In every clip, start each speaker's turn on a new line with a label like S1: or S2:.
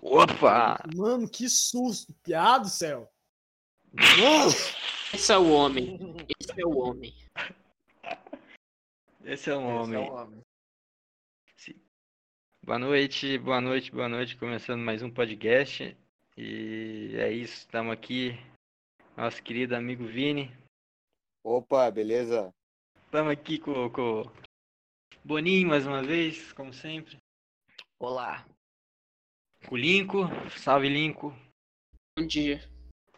S1: Opa!
S2: Mano, que susto! Piado, céu! Mano!
S3: Esse é o homem. Esse é o homem.
S1: Esse é um
S4: Esse é
S1: homem.
S4: um homem.
S1: Boa noite, boa noite, boa noite. Começando mais um podcast. E é isso, estamos aqui. Nosso querido amigo Vini.
S5: Opa, beleza?
S1: Estamos aqui com com o Boninho mais uma vez, como sempre.
S4: Olá.
S1: Com o Linco. Salve, Linco.
S3: Bom dia.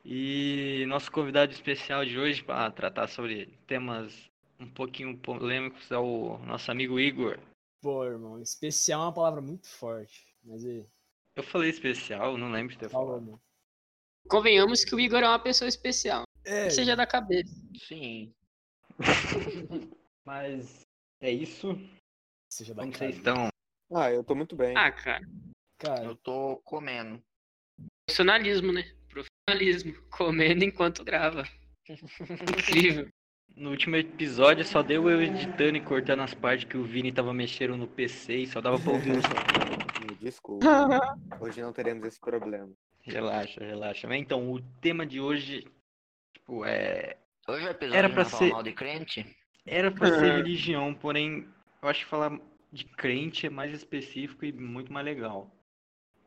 S1: E nosso convidado especial de hoje para tratar sobre temas um pouquinho polêmicos é o nosso amigo Igor.
S2: Pô, irmão, especial é uma palavra muito forte. Mas e,
S1: Eu falei especial, não lembro de ter
S2: falou,
S1: falado.
S2: mano.
S3: Convenhamos que o Igor é uma pessoa especial.
S2: É,
S3: Seja da cabeça.
S4: Sim.
S1: Mas é isso.
S2: seja da
S1: Como
S2: cara.
S1: vocês estão?
S5: Ah, eu tô muito bem.
S3: Ah, cara.
S2: Cara,
S4: Eu tô comendo.
S3: Profissionalismo, né? Profissionalismo. Comendo enquanto grava. Incrível.
S1: No último episódio só deu eu editando e cortando as partes que o Vini tava mexendo no PC e só dava pra ouvir.
S5: Me desculpa. Hoje não teremos esse problema.
S1: relaxa, relaxa. Mas Então, o tema de hoje, tipo, é.
S4: Hoje o episódio
S1: Era
S4: não
S1: pra
S4: vai
S1: ser-
S4: falar mal de crente?
S1: Era pra ser
S2: Ah.
S3: É.
S1: religião, porém, eu acho que falar de crente é mais específico e muito mais legal.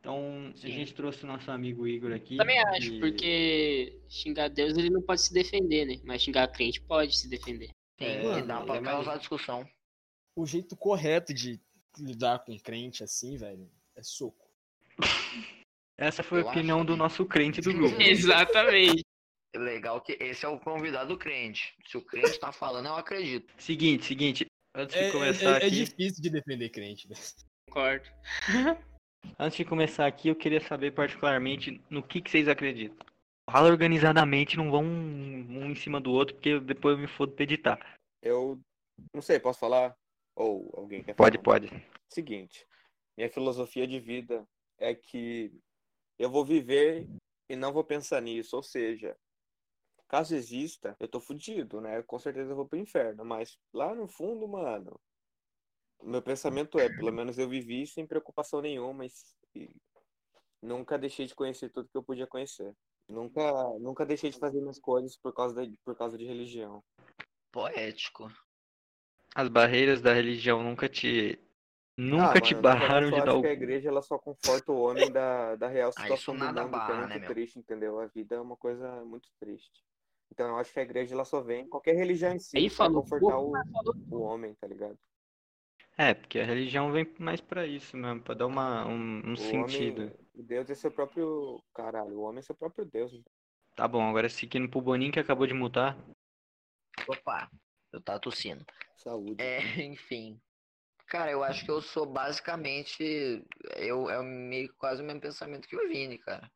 S1: Então, a
S4: Sim.
S1: gente trouxe o nosso amigo Igor aqui.
S3: Também acho,
S1: que-
S3: porque xingar Deus ele não pode se defender, né? Mas xingar crente pode se defender.
S4: Sim,
S2: mano,
S4: e dá
S1: é
S4: pra
S1: mais-
S4: causar discussão.
S2: o jeito correto de lidar com crente assim, velho, é soco.
S1: Essa foi a
S4: Eu
S1: opinião
S4: acho
S1: do
S4: que-
S1: nosso crente do grupo.
S3: Exatamente.
S4: É Legal que esse é o convidado crente. Se o crente tá falando, eu acredito.
S1: Seguinte, seguinte. Antes
S2: É,
S1: de começar
S2: é- é
S1: aqui.
S2: difícil de defender crente, né?
S3: Concordo.
S1: Antes de começar aqui, eu queria saber particularmente no que, que vocês acreditam. Fala organizadamente, não vão um, um em cima do outro, porque depois eu me fodo pra editar.
S5: Eu não sei, posso falar? Ou alguém quer falar? um
S1: pode.
S5: Seguinte, minha filosofia de vida é que eu vou viver e não vou pensar nisso. Ou seja, caso exista, eu tô fudido, né? Com certeza eu vou pro inferno. Mas lá no fundo, mano, meu pensamento é, pelo menos eu vivi sem preocupação nenhuma e, e nunca deixei de conhecer tudo que eu podia conhecer. Nunca, nunca deixei de fazer minhas coisas por causa de, por causa de religião.
S4: Poético.
S1: As barreiras da religião nunca te. Nunca
S5: Ah,
S1: te
S5: mano,
S1: barraram
S5: eu só
S1: de dar
S5: acho
S1: o.
S5: que a igreja ela só conforta o homem da, da real
S4: Ah, isso
S5: situação do
S4: nada
S5: mundo, que é
S4: barra,
S5: muito
S4: né, meu?
S5: triste, entendeu? A vida é uma coisa muito triste. Então eu acho que a igreja ela só vem, qualquer religião em si,
S3: Aí
S5: pra
S3: falou,
S5: confortar
S3: porra,
S5: o,
S3: falou.
S5: o homem, tá ligado?
S1: É, porque a religião vem mais pra isso mesmo, pra dar uma, um, um
S5: o
S1: sentido.
S5: homem, Deus é seu próprio, caralho, o homem é seu próprio Deus. né?
S1: Tá bom, agora seguindo pro Boninho que acabou de mutar.
S4: Opa, eu tava tossindo.
S5: Saúde.
S4: É, enfim. Cara, eu acho que eu sou basicamente. Eu, é meio, quase o mesmo pensamento que o Vini, cara.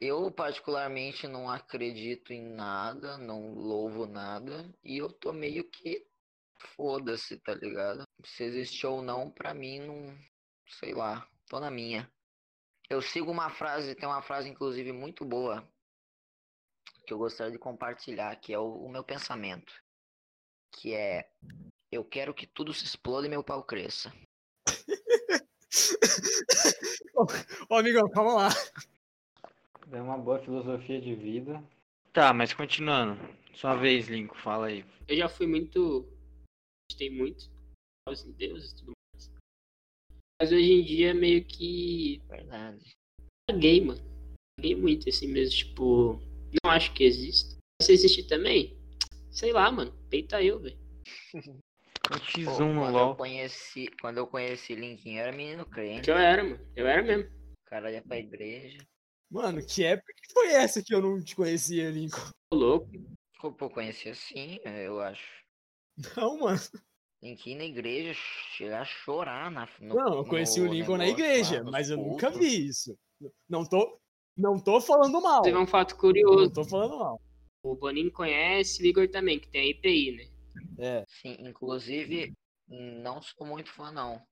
S4: Eu, particularmente, não acredito em nada, não louvo nada, e eu tô meio que foda-se, tá ligado? Se existe ou não, pra mim, não. Sei lá, tô na minha. Eu sigo uma frase, tem uma frase, inclusive, muito boa, que eu gostaria de compartilhar, que é o- o meu pensamento. Que é. Eu quero que tudo se exploda e meu pau cresça.
S2: Ô, amigão, calma lá.
S1: É uma boa filosofia de vida. Tá, mas continuando. Sua vez, Linko, fala aí.
S3: Eu já fui muito. Gostei muito. Aos deuses e tudo mais. Mas hoje em dia meio que.
S4: Verdade.
S3: Paguei, mano. Paguei muito assim mesmo. Tipo. Não acho que exista. Se existe também, sei lá, mano. Peita eu, velho.
S1: Eu fiz
S4: Pô,
S1: um no
S4: quando, eu
S1: LOL.
S4: conheci, quando eu conheci Linkin, eu era menino crente.
S3: É Que eu era, mano. Eu era mesmo.
S4: O cara ia pra igreja.
S2: Mano, que época que foi essa que eu não te conhecia, Lincoln?
S3: Tô louco.
S4: Pô, pô, conheci assim, eu acho.
S2: Não, mano.
S4: Linkin na igreja, chegar a chorar na. No,
S2: Não, eu conheci o
S4: no
S2: Lincoln na
S4: negócio lá,
S2: igreja,
S4: nos
S2: mas eu nunca
S4: cultos.
S2: vi isso. Não tô, não tô falando mal.
S3: Teve um fato
S2: Não
S3: curioso.
S2: tô falando mal.
S3: O Boninho conhece, o Igor também, que tem a IPI, né?
S2: É.
S4: Sim, inclusive, não sou muito fã, não.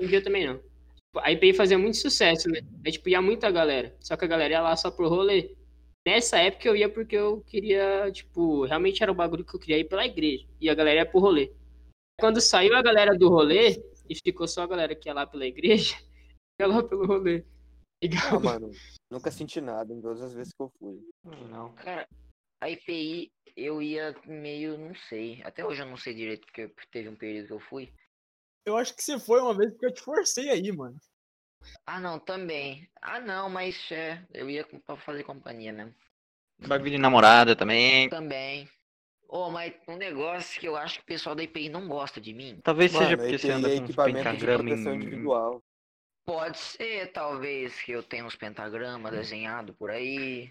S3: Um dia eu também não. Tipo, A IPI fazia muito sucesso, né? Aí, tipo, ia muita galera. Só que a galera ia lá só pro rolê. Nessa época eu ia porque eu queria, tipo, realmente era o bagulho que eu queria ir pela igreja. E a galera ia pro rolê. Quando saiu a galera do rolê, e ficou só a galera que ia lá pela igreja, ia lá pelo rolê.
S5: Ah,
S3: Legal.
S5: mano, nunca senti nada em todas as vezes que eu fui.
S1: Não.
S4: Cara, a IPI eu ia meio, não sei. Até hoje eu não sei direito, porque teve um período que eu fui.
S2: Eu acho que você foi uma vez porque eu te forcei aí, mano.
S4: Ah, não, também. Ah, não, mas é, eu ia com- pra fazer companhia mesmo.
S1: Bagulho de namorada também.
S4: Também. Ô, mas um negócio que eu acho que o pessoal da IPI não gosta de mim.
S1: Talvez seja
S5: Mano,
S1: porque você
S5: EPI
S1: anda com
S5: é
S1: uns
S5: equipamento de
S1: pentagrama
S5: proteção
S1: em...
S5: individual.
S4: Pode ser, talvez, que eu tenha uns pentagramas desenhados por aí.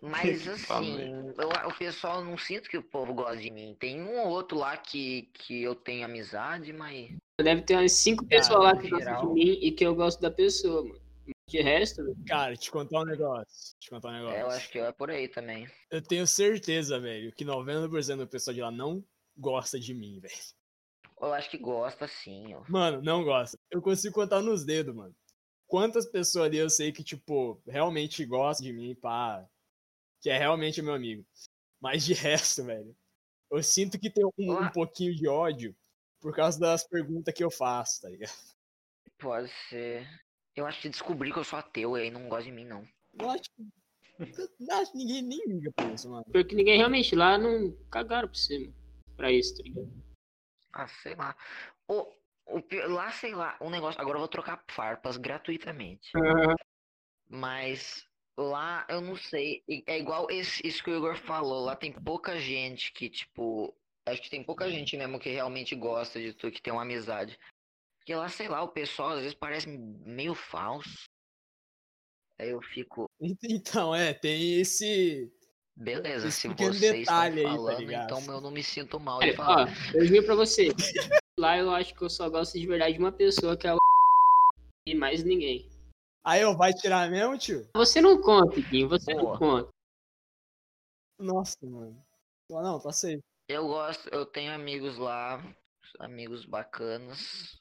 S4: Mas assim, eu- o pessoal não sinto que o povo gosta de mim. Tem um ou outro lá que, que eu tenho amizade, mas.
S3: Deve ter umas cinco
S5: Ah,
S3: pessoas lá que gostam de
S4: geral.
S3: mim e que eu gosto da pessoa, mano. De resto, velho,
S2: Cara, te contar um negócio. Te contar um negócio.
S4: É, eu acho que é por aí também.
S2: Eu tenho certeza, velho, que 90% do pessoal de lá não gosta de mim, velho.
S4: Eu acho que gosta sim, ó.
S2: Mano, não gosta. Eu consigo contar nos dedos, mano. Quantas pessoas ali eu sei que, tipo, realmente gostam de mim, pá. Que é realmente meu amigo. Mas de resto, velho, eu sinto que tem um, um
S4: Ah.
S2: pouquinho de ódio por causa das perguntas que eu faço, tá ligado?
S4: Pode ser. Eu acho que descobri que eu sou ateu e aí não gosta de mim, não.
S2: Eu acho que. eu acho que ninguém nem liga pra isso, mano.
S3: porque ninguém realmente lá não cagaram pra você, mano. Pra isso, tá ligado?
S4: Ah, sei lá. O, o, pi- lá, sei lá, um negócio. Agora eu vou trocar farpas gratuitamente.
S5: Ah.
S4: Mas lá eu não sei. e- É igual esse, isso que o Igor falou. Lá tem pouca gente que, tipo. Acho que tem pouca gente mesmo que realmente gosta de tu, que tem uma amizade. Porque lá, sei lá, o pessoal às vezes parece meio falso. Aí eu fico,
S2: Então, é, tem esse.
S4: beleza,
S2: Esse
S4: se
S2: pequeno
S4: vocês estão
S2: detalhe aí, tá
S4: falando,
S2: ligado?
S4: então eu não me sinto mal
S3: É,
S4: de falar.
S3: ó, eu juro pra você. Lá eu acho que eu só gosto de verdade de uma pessoa, que é o e mais ninguém.
S2: Aí eu vai tirar mesmo, tio?
S3: Você não conta, Guinho, você não
S4: Boa.
S3: conta.
S2: Nossa, mano. Ah, Não, tá safe.
S4: Eu gosto, eu tenho amigos lá, amigos bacanas.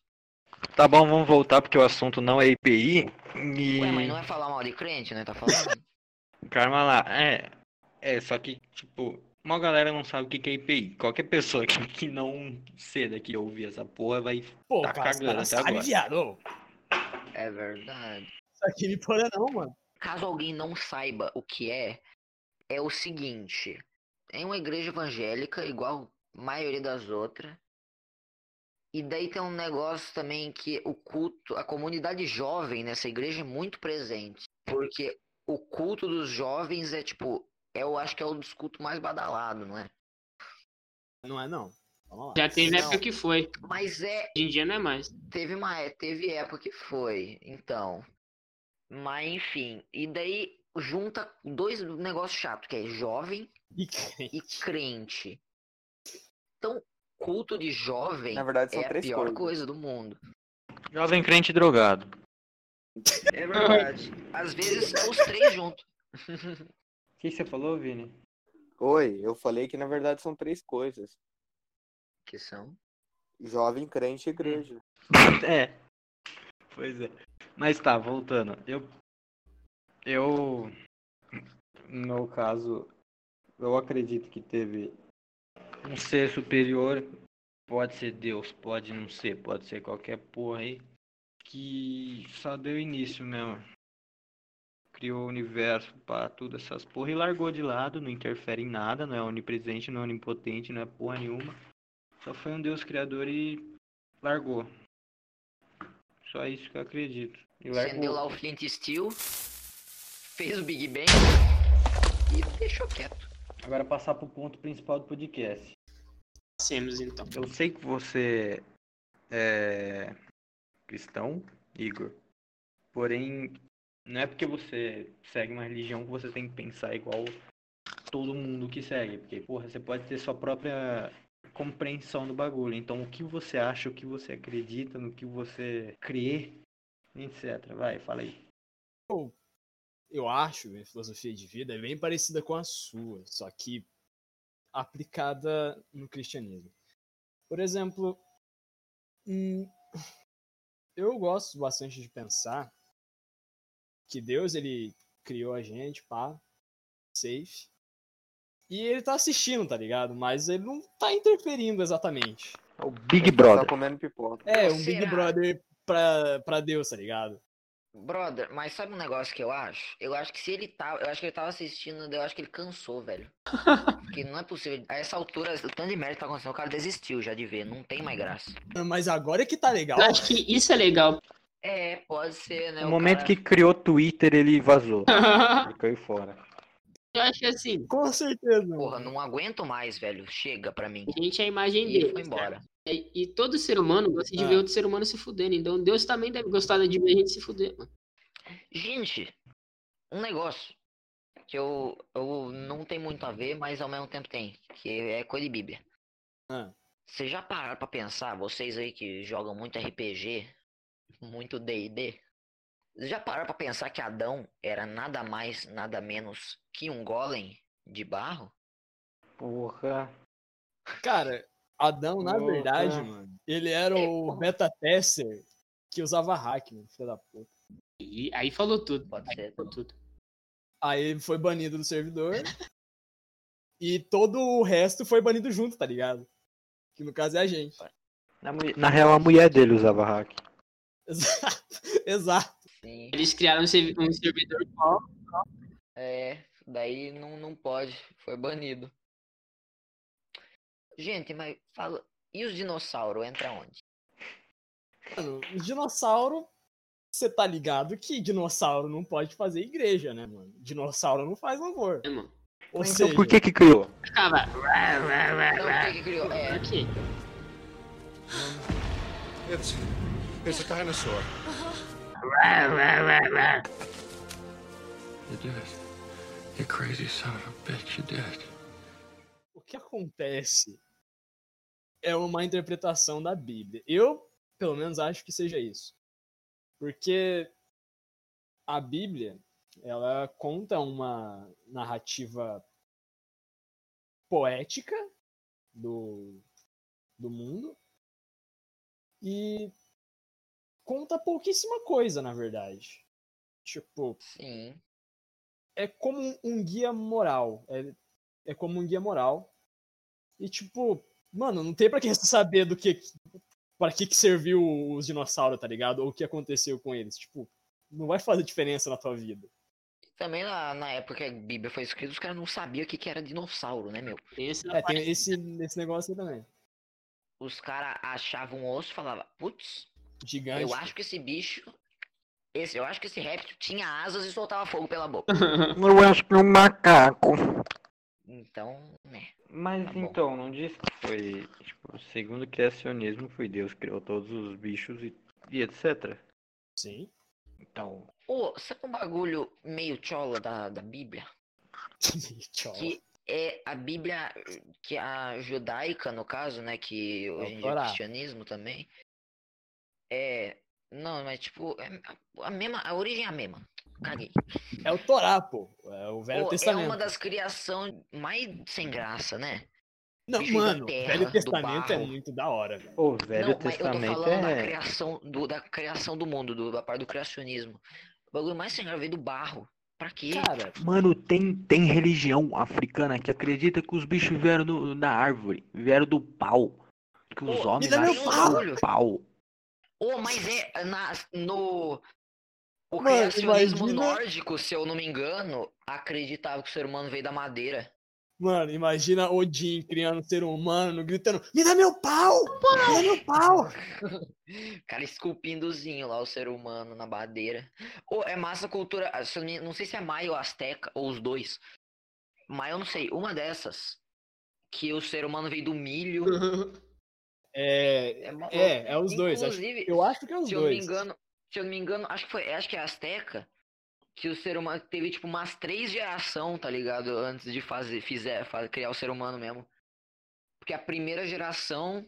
S1: Tá bom, vamos voltar porque o assunto não é IPI. E.
S4: Ué, mas não é falar mal de crente, né? Tá falando?
S1: Calma lá. É. É, só que, tipo, uma galera não sabe o que que é IPI. Qualquer pessoa que, que não ceda que ouvir essa porra vai.
S2: Pô,
S1: Tá
S2: cara, os
S1: cagando
S2: caras
S1: até
S2: sabem,
S1: agora.
S2: viado. ô.
S4: É verdade.
S2: Isso aqui me porra não, mano.
S4: Caso alguém não saiba o que é, é o seguinte: é uma igreja evangélica, igual a maioria das outras. E daí tem um negócio também que o culto, a comunidade jovem nessa igreja é muito presente. Porque o culto dos jovens é tipo, eu acho que é um dos cultos mais badalado, não é?
S2: Não é, não. Vamos lá.
S3: Já teve
S4: Não.
S3: época que foi.
S4: Mas é,
S3: Hoje em dia não é mais.
S4: Teve uma, é- teve época que foi, então. Mas enfim, e daí junta dois negócios chatos, que é jovem
S2: E crente.
S4: e crente. Então, culto de jovem
S5: Na verdade, são
S4: é a
S5: três
S4: pior
S5: coisas.
S4: coisa do mundo.
S1: Jovem crente drogado.
S4: É verdade. Às vezes são os três juntos.
S1: O que você falou, Vini?
S5: Oi, eu falei que na verdade são três coisas:
S4: Que são.
S5: jovem, crente e igreja.
S1: É. Pois é. Mas tá, voltando. Eu. Eu. No meu caso, eu acredito que teve um ser superior. Pode ser Deus, pode não ser, pode ser qualquer porra aí. Que só deu início mesmo. Criou o universo para todas essas porra e largou de lado, não interfere em nada, não é onipresente, não é onipotente, não é porra nenhuma. Só foi um Deus criador e largou. Só isso que eu acredito. E largou.
S4: Acendeu lá o Flint Steel, fez o Big Bang e deixou quieto.
S1: Agora passar pro ponto principal do podcast.
S3: Passemos então.
S1: Eu sei que você é cristão, Igor. Porém, não é porque você segue uma religião que você tem que pensar igual todo mundo que segue. Porque, porra, você pode ter sua própria compreensão do bagulho. Então, o que você acha, o que você acredita, no que você crê, etc. Vai, fala aí.
S2: eu acho, minha filosofia de vida é bem parecida com a sua, só que aplicada no cristianismo. Por exemplo, hum, eu gosto bastante de pensar que Deus ele criou a gente, pá, safe. E ele tá assistindo, tá ligado? Mas ele não tá interferindo exatamente.
S1: É o Big
S5: Tá comendo pipoca.
S2: É,
S4: Ou
S2: um Big
S4: será?
S2: Brother pra, pra Deus, tá ligado?
S4: Brother, mas sabe um negócio que eu acho? Eu acho que se ele tava. Eu acho que ele tava assistindo, eu acho que ele cansou, velho. Porque não é possível. A essa altura, o tanto de merda que tá acontecendo, o cara desistiu já de ver. Não tem mais graça.
S2: Mas agora é que tá legal.
S3: Eu acho que isso é legal.
S4: É, pode ser, né?
S1: No
S4: o
S1: momento
S4: cara-
S1: que criou Twitter, ele vazou. Ele caiu fora.
S3: Eu acho que assim,
S2: Com certeza.
S4: Porra, não aguento mais, velho. Chega pra mim.
S3: a gente é a imagem
S4: E
S3: dele.
S4: foi embora.
S3: E, e todo ser humano gosta de
S2: Ah.
S3: ver outro ser humano se fudendo. Então Deus também deve gostar de ver a gente se fuder, mano.
S4: Gente, um negócio que eu, eu não tem muito a ver, mas ao mesmo tempo tem, que é coisa de Bíblia.
S2: Ah.
S4: Vocês já pararam pra pensar, vocês aí que jogam muito RPG, muito D&D, vocês já pararam pra pensar que Adão era nada mais, nada menos que um golem de barro?
S1: Porra.
S2: Cara, Adão, na
S1: Porra.
S2: verdade, mano, ele era o beta tester que usava hack, mano, filho da puta.
S3: E aí falou tudo.
S4: Pode ser.
S3: Falou tudo.
S2: Aí ele foi banido do servidor. e todo o resto foi banido junto, tá ligado? Que no caso é a gente.
S1: Na, mu- na real, a mulher dele usava hack.
S2: Exato. Exato.
S4: Sim,
S3: Eles criaram um servi- um servidor qual?
S4: é, daí não, não pode, foi banido. Gente, mas fala, e os dinossauros, entra onde?
S2: Mano, o dinossauro. Você tá ligado que dinossauro não pode fazer igreja, né, mano? Dinossauro não faz louvor.
S3: né, mano?
S2: Ou
S1: Então
S2: seja,
S1: por que que criou?
S3: Ficava.
S4: Então, o que que criou?
S3: Pra
S4: É,
S3: quê?
S6: It's it's a dinosaur.
S7: You did it. You crazy son of a bitch, you did it.
S2: o que acontece é uma interpretação da Bíblia. Eu, pelo menos, acho que seja isso. Porque a Bíblia, ela conta uma narrativa poética do, do mundo e conta pouquíssima coisa, na verdade. Tipo,
S4: sim.
S2: é como um- um guia moral. É, é como um guia moral. E tipo, mano, não tem pra que saber do que. Pra que, que serviu os dinossauros, tá ligado? Ou o que aconteceu com eles. Tipo, não vai fazer diferença na tua vida.
S4: Também na, na época que a Bíblia foi escrita, os caras não sabiam o que, que era dinossauro, né, meu?
S3: Tem essa
S2: É,
S3: parte.
S2: tem esse, esse negócio aí também.
S4: Os caras achavam um osso e falavam, putz,
S2: Gigante.
S4: eu acho que esse bicho. Esse, eu acho que esse réptil tinha asas e soltava fogo pela boca.
S1: Eu acho que é um macaco.
S4: Então, né.
S1: Mas
S4: Tá bom.
S1: então, não diz que foi. Tipo, segundo o criacionismo, foi Deus que criou todos os bichos e, e etc.
S2: Sim.
S1: Então,
S4: Ô, sabe um bagulho meio chola da, da Bíblia?
S2: Tchau.
S4: Que é a Bíblia, que a judaica, no caso, né? Que hoje em dia é
S2: Torá.
S4: cristianismo também. É. Não, mas tipo, é a, a mesma, a origem é a mesma. Caguei.
S2: É o Torá, pô. É o Velho
S4: Pô,
S2: Testamento.
S4: É uma das criações mais sem graça, né?
S2: Não,
S4: Filho da
S2: mano, o
S4: terra,
S2: Velho
S4: do
S2: Testamento é
S4: barro.
S2: muito da hora, velho.
S1: o Velho
S4: Não, mas eu tô
S1: Testamento
S4: falando da
S1: é.
S4: criação do, da criação do mundo, do- da parte do criacionismo. O bagulho mais sem graça veio do barro. Pra quê?
S2: Cara,
S1: Mano, tem, tem religião africana que acredita que os bichos vieram do- da árvore, vieram do pau. Que os
S4: Pô, é
S1: homens
S2: me dá meu
S1: nasceram do pau.
S4: Ô, mas é na, no. O
S2: Mano,
S4: criacionismo
S2: imagina-
S4: nórdico, se eu não me engano, acreditava que o ser humano veio da madeira.
S2: Mano, imagina Odin criando um ser humano, gritando: Me dá meu pau! Me dá meu pau!
S4: O cara esculpindozinho lá, o ser humano na madeira. Ô, é massa a cultura. ah, se eu não me- Não sei se é maia ou asteca, ou os dois. Mas eu não sei, uma dessas. Que o ser humano veio do milho.
S2: É,
S4: É, maluco.
S2: é, é os dois. acho-
S4: Inclusive,
S2: eu acho que é os
S4: se eu não me
S2: dois.
S4: engano, se eu não me engano, acho que foi, acho que é Azteca, que o ser humano teve tipo umas três gerações, tá ligado? Antes de fazer, fizer, fa- criar o ser humano mesmo. Porque a primeira geração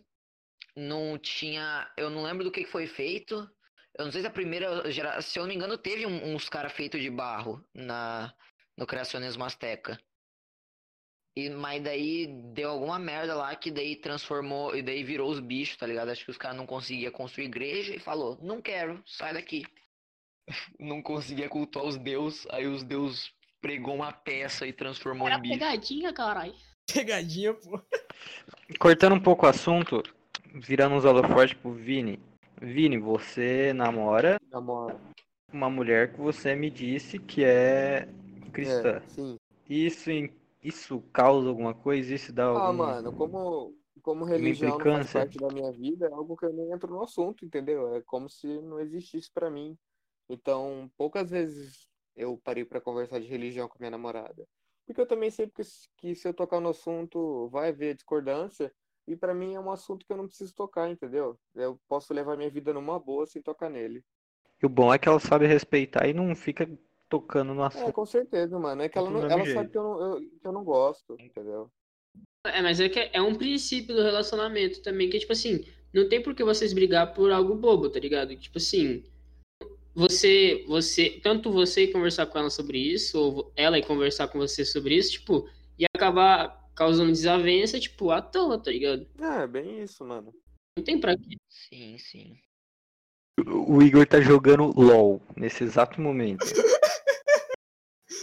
S4: não tinha, eu não lembro do que que foi feito. Eu não sei se a primeira geração, se eu não me engano, teve um- uns caras feitos de barro na no criacionismo asteca. E, mas daí deu alguma merda lá que daí transformou e daí virou os bichos, tá ligado? Acho que os caras não conseguiam construir igreja e falou, não quero, sai daqui. Não conseguia cultuar os deuses, aí os deuses pregou uma peça e transformou
S3: Era
S4: em bicho.
S3: pegadinha, caralho.
S2: Pegadinha, pô.
S1: Cortando um pouco o assunto, virando uns holofotes pro Vini. Vini, você namora
S5: Namora.
S1: uma mulher que você me disse que é cristã.
S5: É, sim.
S1: Isso, em- isso causa alguma coisa? Isso dá
S5: Ah,
S1: alguma...
S5: mano, como, como religião não faz
S1: implicância.
S5: parte da minha vida, é algo que eu nem entro no assunto, entendeu? É como se não existisse pra mim. Então, poucas vezes eu parei pra conversar de religião com minha namorada. Porque eu também sei que, se- que se eu tocar no assunto vai haver discordância, e pra mim é um assunto que eu não preciso tocar, entendeu? Eu posso levar minha vida numa boa sem tocar nele.
S1: E o bom é que ela sabe respeitar e não fica tocando no
S5: É,
S1: assunto.
S5: com certeza, mano. É que ela,
S1: Do
S5: não,
S1: mesmo
S5: ela sabe
S1: jeito.
S5: que eu não, eu- que eu não gosto, entendeu?
S3: É, mas é que é um princípio do relacionamento também, que é tipo assim, não tem por que vocês brigar por algo bobo, tá ligado? Tipo assim, você, você, tanto você ir conversar com ela sobre isso, ou ela ir conversar com você sobre isso, tipo, e acabar causando desavença, tipo, à toa, tá ligado?
S5: É, bem isso, mano.
S3: Não tem pra quê.
S4: Sim, sim. É.
S1: O Igor tá jogando LOL nesse exato momento.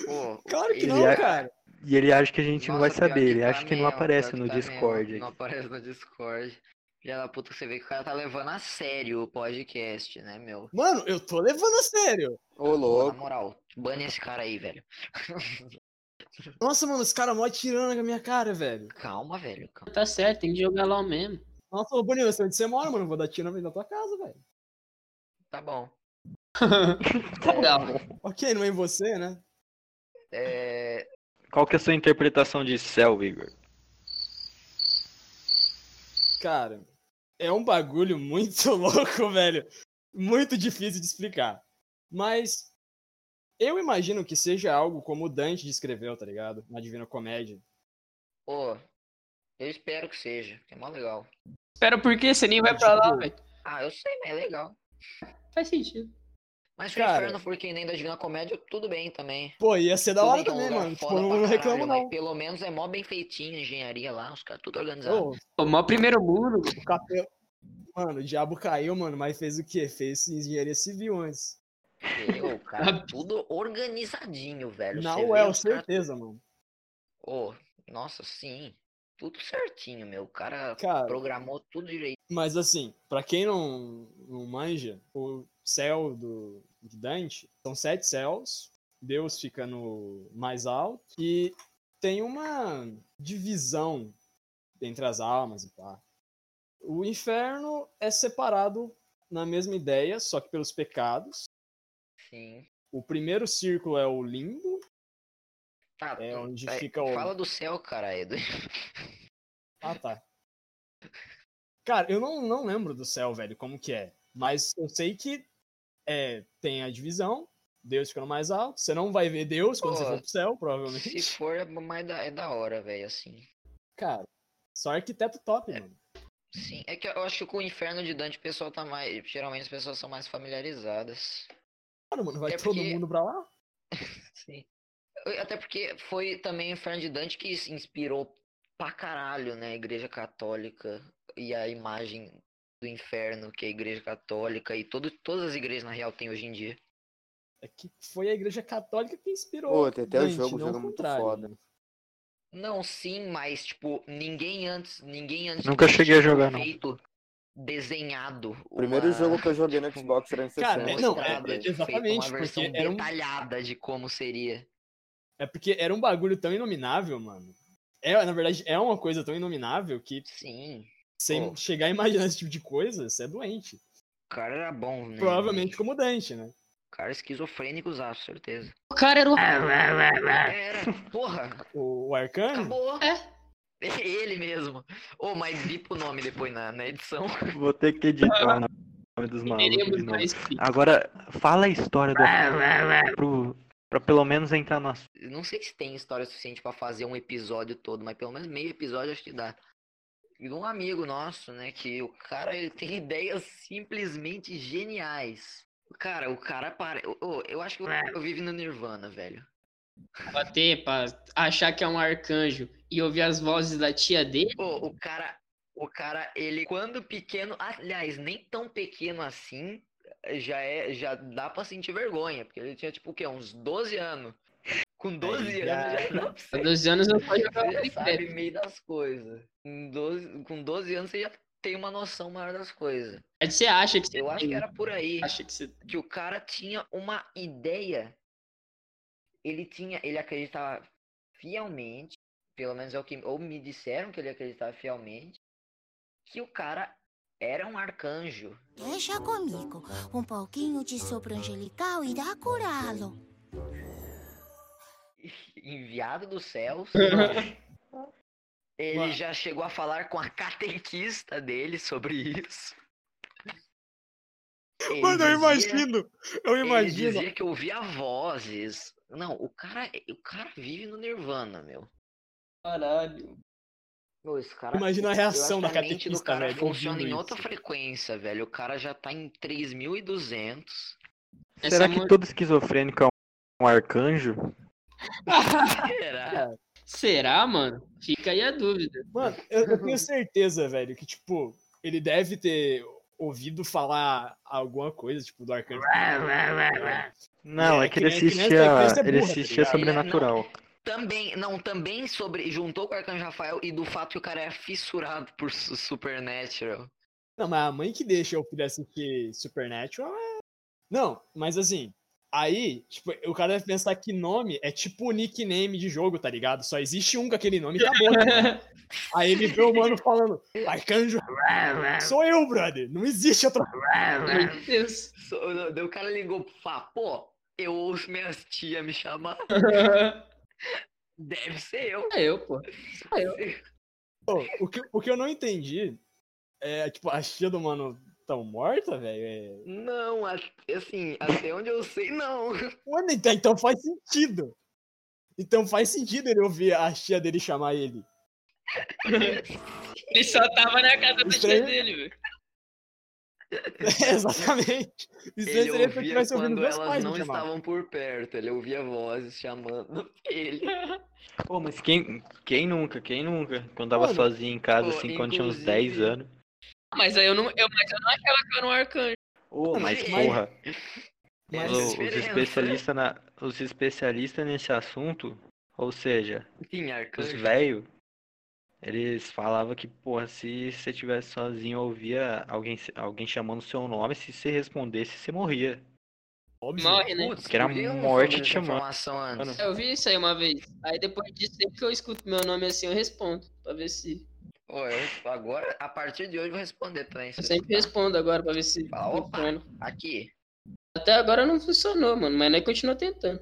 S4: Pô,
S2: Claro que
S4: ele-
S2: não,
S1: Ele é-
S2: cara.
S1: E ele acha que a gente não vai
S4: Nossa, pior
S1: saber, ele
S4: tá
S1: acha que não
S4: mesmo,
S1: aparece
S4: pior
S1: no
S4: que tá mesmo,
S1: Discord.
S4: Não aparece no Discord. Filha da puta, você vê que o cara tá levando a sério o podcast, né, meu?
S2: Mano, eu tô levando a sério.
S5: Ô,
S4: Pô, Na
S5: louco.
S4: moral, bane esse cara aí, velho.
S2: Nossa, mano, esse cara mó tirando com a minha cara, velho.
S4: Calma, velho. Calma.
S3: Tá certo, tem que jogar lá mesmo.
S2: Ela falou, Boninho, você é onde você mora, mano? Eu Vou dar tiro na frente da tua casa, velho.
S4: Tá bom.
S3: Tá legal.
S2: Ok, não é em você, né?
S4: É...
S1: Qual que é a sua interpretação de céu, Igor?
S2: Cara, é um bagulho muito louco, velho. Muito difícil de explicar. Mas eu imagino que seja algo como o Dante descreveu, tá ligado? Na Divina Comédia.
S4: Pô, eu espero que seja, que é mó legal.
S3: Espera por quê? Você nem vai pra lá, velho.
S4: Ah, eu sei, mas é legal.
S3: Faz sentido.
S4: Mas se
S2: Cara.
S4: o inferno for que nem da Divina Comédia, tudo bem também.
S2: Pô, ia ser da
S4: Tudo
S2: hora
S4: bem que é um
S2: também,
S4: lugar
S2: mano. Tipo,
S4: foda
S2: eu
S4: pra
S2: não reclamo,
S4: caralho, mas
S2: não.
S4: Pelo menos é mó bem feitinho a engenharia lá, os caras tudo organizado.
S2: Ô,
S3: O maior primeiro mundo,
S2: o capel... Mano, o diabo caiu, mano, mas fez o quê? Fez engenharia civil antes.
S4: Entendeu? O cara é tudo organizadinho, velho.
S2: Na
S4: Você vê
S2: UEL,
S4: os cara-
S2: certeza, mano.
S4: Ô, nossa, sim. Tudo certinho, meu. O cara
S2: Cara,
S4: programou tudo direito.
S2: Mas assim, pra quem não, não manja, o céu do de Dante são sete céus. Deus fica no mais alto e tem uma divisão entre as almas e pá. O inferno é separado na mesma ideia, só que pelos pecados.
S4: Sim.
S2: O primeiro círculo é o limbo,
S4: Tá,
S2: é onde
S4: é,
S2: fica o
S4: fala do céu, cara, Edu.
S2: Ah, tá. Cara, eu não, não lembro do céu, velho, como que é. Mas eu sei que é, tem a divisão, Deus fica no mais alto. Você não vai ver Deus quando você
S4: Pô,
S2: for pro céu, provavelmente.
S4: Se for, é mais da, é da hora, velho, assim.
S2: Cara, só arquiteto top,
S4: É.
S2: mano.
S4: Sim, é que eu acho que com o inferno de Dante o pessoal tá mais. Geralmente as pessoas são mais familiarizadas.
S2: Claro, mano, vai
S4: É
S2: todo
S4: porque-
S2: mundo pra lá.
S4: Sim. Eu- Até porque foi também o Inferno de Dante que se inspirou pra caralho, né, a Igreja Católica e a imagem do inferno que a Igreja Católica e todo, todas as igrejas na real tem hoje em dia.
S2: É que foi a igreja católica que inspirou.
S5: Pô, tem até o
S2: Dante,
S5: jogo, o
S2: não
S5: jogo
S2: o
S5: é muito
S2: contrário,
S5: foda.
S2: mano.
S4: Não, sim, mas tipo, ninguém antes, ninguém antes
S1: Nunca
S4: disso
S1: cheguei a
S4: tinha
S1: jogar, não.
S4: feito desenhado
S5: Primeiro
S4: uma-
S5: jogo que eu joguei no Xbox
S2: Cara,
S5: 360.
S2: é- não,
S4: mostrado,
S2: é-
S4: feito
S2: exatamente,
S4: uma versão
S2: porque era um-
S4: detalhada de como seria.
S2: É porque era um bagulho tão inominável, mano. É, na verdade, é uma coisa tão inominável que
S4: Sim, o
S2: sem
S4: Pô. Uhum.
S2: chegar a imaginar esse tipo de coisa, você é doente.
S4: cara era bom, né?
S2: Provavelmente como Dante, né?
S4: Cara é esquizofrênico, usava, certeza.
S3: o cara era o.
S4: Era, porra,
S2: O, o Arcano?
S4: Acabou.
S3: É.
S4: Ele mesmo. Ô, mas bipa o nome depois na, na edição.
S1: Vou ter que editar o nome dos malucos de
S3: Teremos
S1: novo.
S3: mais.
S1: Agora, fala a história do pro, pra pelo menos entrar no assunto.
S4: Não sei se tem história suficiente pra fazer um episódio todo, mas pelo menos meio episódio acho que dá. E um amigo nosso, né, que o cara ele tem ideias simplesmente geniais. Cara, o cara para. Ô, ô, eu acho que
S2: É.
S4: o cara vive no Nirvana, velho.
S3: bater pra achar que é um arcanjo e ouvir as vozes da tia dele,
S4: Ô, o cara, o cara, ele quando pequeno, aliás, nem tão pequeno assim, já é, já dá pra sentir vergonha, porque ele tinha tipo o quê? Uns 12 anos. Com 12
S2: Aí
S4: anos
S2: já-
S4: já dá pra
S3: com
S4: você,
S3: 12 anos não pode jogar
S4: você já
S3: videogame.
S4: sabe meio das coisas. Com 12, com 12 anos você já tem uma noção maior das coisas.
S3: Aí você acha que você
S4: Eu acho
S3: tem, um
S4: que era por aí
S3: acha que você
S4: que o cara tinha uma ideia. Ele tinha, ele acreditava fielmente, pelo menos é o que ou me disseram que ele acreditava fielmente, que o cara era um arcanjo.
S8: Deixa comigo. Um pouquinho de sopro angelical irá curá-lo.
S4: enviado dos céus. Ele
S2: Mano.
S4: já chegou a falar com a catequista dele sobre isso. Ele
S2: Mano, eu
S4: dizia-
S2: imagino. Eu
S4: ele
S2: imagino.
S4: dizia que eu ouvia vozes. Não, o cara, o cara vive no nirvana, meu.
S3: Caralho.
S4: Meu, esse cara,
S2: Imagina a
S4: eu acho
S2: reação
S4: que
S2: da
S4: a mente do
S2: catequista,
S4: cara
S2: velho.
S4: funciona
S2: ouvindo
S4: em
S2: isso.
S4: outra frequência, velho. O cara já tá em 3200.
S1: Será
S3: Essa
S1: que
S3: mo-
S1: todo esquizofrênico é um arcanjo?
S4: Será?
S3: Será, mano? Fica aí a dúvida.
S2: Mano, eu, eu tenho certeza, velho, que, tipo, ele deve ter ouvido falar alguma coisa, tipo, do arcanjo.
S1: Não,
S2: É,
S1: é, que ele
S2: que nem- que nem
S1: assistia,
S2: essa criança é
S1: ele
S2: burra, tá
S1: assistia
S2: ligado?
S1: Sobrenatural.
S4: Também, não, também sobre. Juntou com o Arcanjo Rafael e do fato que o cara é fissurado por su- Supernatural.
S2: Não, mas a mãe que deixa o filho assistir Supernatural é. Não, mas assim, aí, tipo, o cara deve pensar que nome é tipo o nickname de jogo, tá ligado? Só existe um com aquele nome e acabou. tá ligado? aí ele vê o mano falando, Arcanjo, sou eu, brother. Não existe outra.
S3: Meu
S4: É.
S3: Deus.
S4: So- daí o cara ligou pra falar, pô, eu ouço minhas tia me chamar, deve ser eu.
S3: É eu, pô. Ah, eu.
S2: Pô, o, que, o que eu não entendi é, tipo, a tia do mano tão morta, velho. É...
S4: Não, a- assim, até onde eu sei, não.
S2: Mano, então- então faz sentido. Então faz sentido ele ouvir a tia dele chamar ele.
S3: Ele só tava na casa da tia
S2: Estranho.
S3: dele, velho.
S2: É, Exatamente. Isso aí
S4: Ele
S2: seria se eu
S4: ouvia
S2: estivesse ouvindo
S4: quando
S2: meus
S4: elas
S2: pais
S4: não
S2: me chamar.
S4: estavam por perto, ele ouvia vozes chamando ele.
S1: Pô, mas quem, quem nunca, quem nunca? Quando tava
S2: Mano,
S1: sozinho em casa,
S4: pô,
S1: assim, quando tinha uns 10
S4: inclusive-
S1: anos.
S3: Ah, Mas aí eu não, eu, mas eu não achava que eu era um arcanjo.
S1: Ô,
S2: Não,
S1: mas
S4: mas-
S1: porra,
S4: Mas-
S1: os, os
S4: diferença.
S1: especialistas na, os especialistas nesse assunto, ou seja,
S4: Sim,
S1: os
S4: arcanjo.
S1: velhos, eles falavam que, porra, se você estivesse sozinho, ouvia alguém, alguém chamando seu nome, se você respondesse, você morria.
S2: Óbvio.
S3: Morre, né? É,
S4: Putz,
S1: que era
S4: por eu não
S1: morte
S4: soube dessa
S1: chamando.
S4: informação antes?
S1: Mano.
S3: Eu vi isso aí uma vez. Aí depois disso, sempre que eu escuto meu nome assim, eu respondo. Pra ver se.
S4: Pô, eu- agora, a partir de hoje, eu vou responder também. se
S3: Eu
S4: você
S3: sempre
S4: tá.
S3: respondo agora pra ver se
S4: Ah, opa.
S3: funciona.
S4: Aqui.
S3: Até agora não funcionou, mano. Mas nós continua tentando.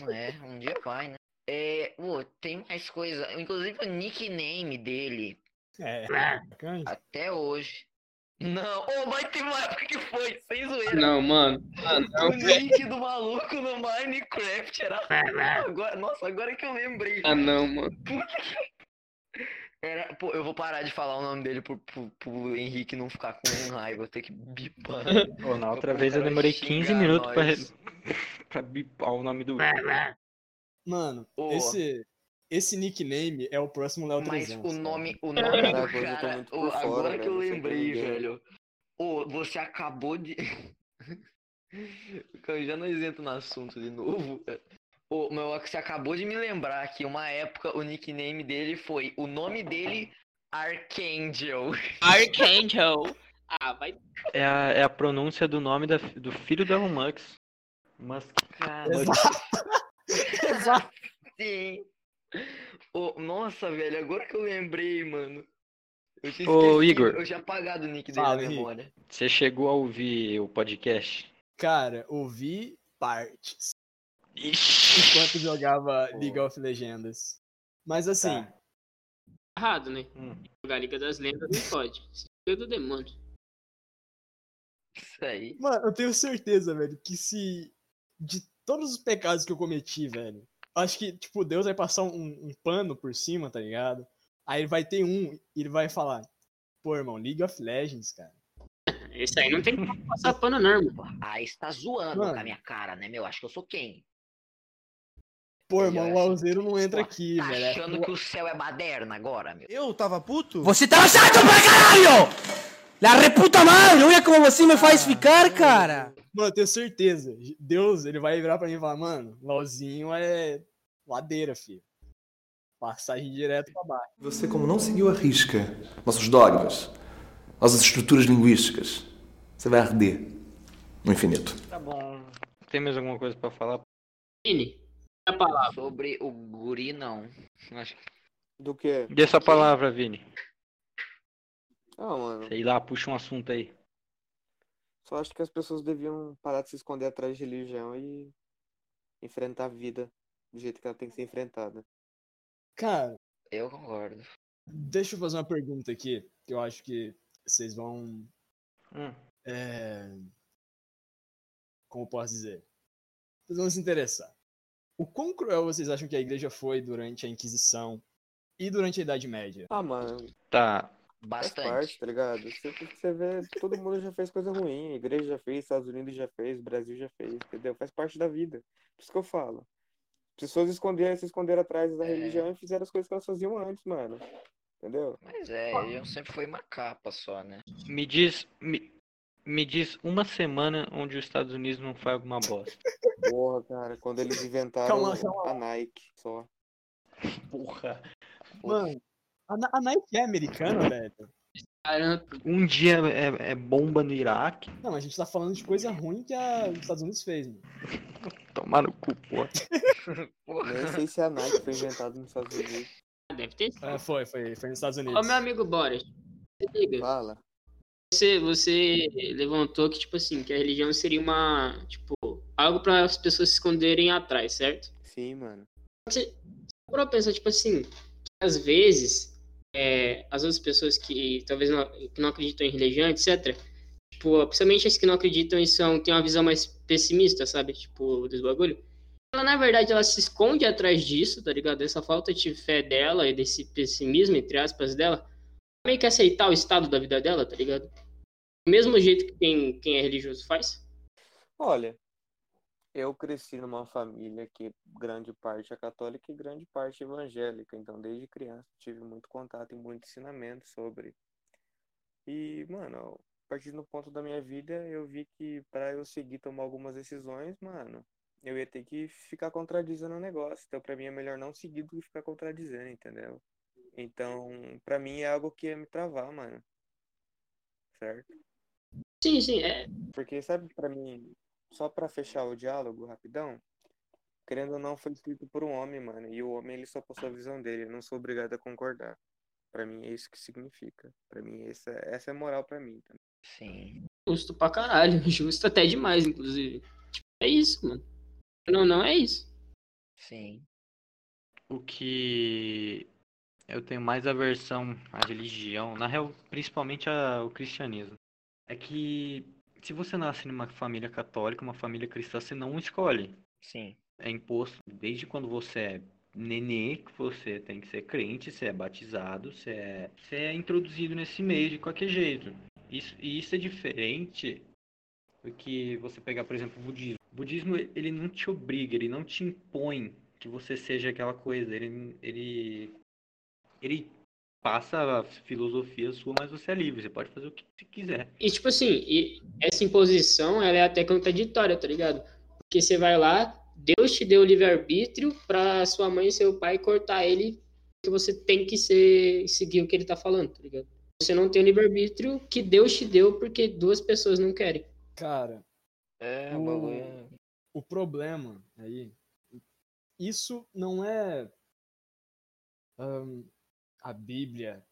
S4: Não É, um dia vai, né? É, pô, tem mais coisa. Inclusive o nickname dele,
S2: É. Arcanjo.
S4: até hoje. Não, ô, mas tem uma época que foi, sem zoeira.
S3: Não, mano. Ah,
S4: O
S3: não, velho.
S4: nick do maluco no Minecraft era. Agora, nossa, agora que eu lembrei.
S3: Ah, não, mano.
S4: Era, pô, eu vou parar de falar o nome dele pro, pro, pro Henrique não ficar com raiva, eu ter que bipar.
S1: Pô, na
S4: Só
S1: outra
S4: pro
S1: vez eu
S4: cara
S1: demorei
S4: xingar
S1: 15 minutos pra,
S4: nós.
S1: re- pra bipar o nome do.
S2: Mano,
S4: Ô.
S2: esse, esse nickname é o próximo Léo
S4: Mas
S2: 300.
S4: o
S2: cara.
S4: nome, o
S1: É.
S4: nome do
S5: Caraca, hoje eu tô
S4: cara,
S5: muito
S4: ô,
S5: por fora,
S4: agora
S5: velho,
S4: que eu
S5: não sei é.
S4: lembrei,
S5: entender.
S4: velho. Ô, você acabou de. eu já não isento no assunto de novo. Ô, meu, você acabou de me lembrar que uma época o nickname dele foi. O nome dele, Archangel.
S3: Archangel. Ah, vai.
S1: É a, é a pronúncia do nome da, fi- do filho do Elon Musk. Musk.
S4: Cara,
S2: Exato. Exato.
S4: sim. Ô, nossa, velho, agora que eu lembrei, mano. Eu tinha
S1: Ô,
S4: esquecido,
S1: Igor.
S4: Eu tinha apagado o nick dele
S2: Fala,
S4: na
S2: Henrique.
S4: memória.
S1: Você chegou a ouvir o podcast?
S2: Cara, ouvi partes
S1: Ixi.
S2: enquanto jogava
S1: Pô.
S2: League of Legends. Mas
S4: Tá.
S2: assim,
S3: Errado, né?
S1: Hum.
S3: Jogar Liga das Lendas não pode. Isso é do demônio.
S4: Isso aí.
S2: mano, eu tenho certeza, velho, que se de todos os pecados que eu cometi, velho, acho que, tipo, Deus vai passar um, um pano por cima, tá ligado? Aí ele vai ter um e ele vai falar, pô, irmão, League of Legends, cara.
S3: Esse aí não tem como passar pano, não, irmão.
S4: Ah, está zoando
S2: Mano.
S4: com a minha cara, né, meu? Acho que eu sou quem?
S2: Pô,
S4: Ele
S2: irmão, o
S4: olha assim,
S2: Lauzeiro não entra
S4: "Pô,
S2: aqui,
S4: Tá
S2: velho. É
S4: achando
S2: tua-
S4: que o céu é baderna agora, meu?
S9: Eu tava puto?
S10: Você tá chato pra caralho! La reputa madre, olha como você me faz ficar, cara!
S2: Mano, eu tenho certeza. Deus, ele vai virar pra mim e falar, mano, LOLzinho é ladeira, filho. Passagem direto pra baixo.
S9: Você, como não seguiu a risca nossos dogmas, às estruturas linguísticas. Você vai arder no infinito.
S1: Tá bom. Tem mais alguma coisa pra falar?
S3: Vini, a palavra.
S4: Sobre o guri, não. Acho que
S5: Do que?
S1: Dê sua palavra, Vini.
S5: Ah, mano.
S1: Sei lá, puxa um assunto aí.
S5: Só acho que as pessoas deviam parar de se esconder atrás de religião e enfrentar a vida do jeito que ela tem que ser enfrentada.
S2: Cara,
S4: eu concordo.
S2: deixa eu fazer uma pergunta aqui, que eu acho que vocês vão.
S1: Hum.
S2: é, Como eu posso dizer? Vocês vão se interessar. O quão cruel vocês acham que a igreja foi durante a Inquisição e durante a Idade Média?
S5: Ah, mano,
S1: Tá.
S5: faz
S4: Bastante.
S5: parte, tá ligado? Você, você vê, todo mundo já fez coisa ruim. A igreja já fez, Estados Unidos já fez, Brasil já fez, entendeu? Faz parte da vida. Por isso que eu falo. As pessoas esconderam, se esconderam atrás da
S4: É.
S5: religião e fizeram as coisas que elas faziam antes, mano. Entendeu?
S4: Mas é, ele sempre foi uma capa só, né?
S1: Me diz. Me, me diz uma semana onde os Estados Unidos não faz alguma bosta.
S5: Porra, cara, quando eles inventaram
S2: Calma, calma.
S5: a Nike só.
S1: Porra.
S2: Mano, a, Na- a Nike é americana, velho.
S3: Caramba,
S1: Um dia é, é bomba no Iraque.
S2: Não, a gente tá falando de coisa ruim que a- os Estados Unidos fez, mano.
S1: Tomar no cu, porra.
S5: Nem sei se a Nike foi inventada nos Estados Unidos.
S3: deve ter sido.
S2: Ah, foi, foi, foi nos Estados Unidos.
S3: Ó, meu amigo Boris, se liga.
S5: Fala.
S3: Você, você levantou que, tipo assim, que a religião seria uma, tipo, algo para as pessoas se esconderem atrás, certo?
S5: Sim, mano.
S3: Pra pensar, tipo assim, que às vezes, é, as outras pessoas que talvez não, que não acreditam em religião, etc., tipo, principalmente as que não acreditam e são, têm uma visão mais pessimista, sabe? Tipo, dos bagulho. Ela, na verdade, ela se esconde atrás disso, tá ligado? Dessa falta de fé dela e desse pessimismo, entre aspas, dela. Meio que aceitar o estado da vida dela, tá ligado? Do mesmo jeito que quem, quem é religioso faz.
S5: Olha, eu cresci numa família que grande parte é católica e grande parte é evangélica. Então, desde criança, tive muito contato e muito ensinamento sobre. E, mano, a partir do ponto da minha vida, eu vi que pra eu seguir tomar algumas decisões, mano, eu ia ter que ficar contradizendo o negócio. Então, pra mim, é melhor não seguir do que ficar contradizendo, entendeu? Então, pra mim, é algo que ia me travar, mano. Certo?
S3: Sim, sim, é.
S5: Porque, sabe, pra mim, só pra fechar o diálogo rapidão, querendo ou não, foi escrito por um homem, mano. E o homem, ele só passou a visão dele. Eu não sou obrigado a concordar. Pra mim, é isso que significa. Pra mim, essa, essa é moral pra mim. Tá?
S4: Sim.
S3: Justo pra caralho. Justo até demais, inclusive. É isso, mano. Não, não, é isso.
S4: Sim.
S1: O que eu tenho mais aversão à religião, na real, principalmente ao cristianismo, é que se você nasce numa família católica, uma família cristã, você não escolhe.
S4: Sim.
S1: É imposto desde quando você é nenê que você tem que ser crente, você é batizado, você é, você é introduzido nesse meio de qualquer jeito. Isso, e isso é diferente do que você pegar, por exemplo, o budismo. O budismo ele não te obriga, ele não te impõe que você seja aquela coisa. Ele, ele, ele passa a filosofia sua, mas você é livre, você pode fazer o que você quiser.
S3: E tipo assim, e essa imposição, ela é até contraditória, tá ligado? Porque você vai lá, Deus te deu o livre-arbítrio pra sua mãe e seu pai cortar ele, que você tem que ser, seguir o que ele tá falando, tá ligado? Você não tem o livre-arbítrio que Deus te deu porque duas pessoas não querem.
S2: Cara,
S4: É,
S2: O-
S4: o bagulho.
S2: o problema aí, isso não é ahn, a Bíblia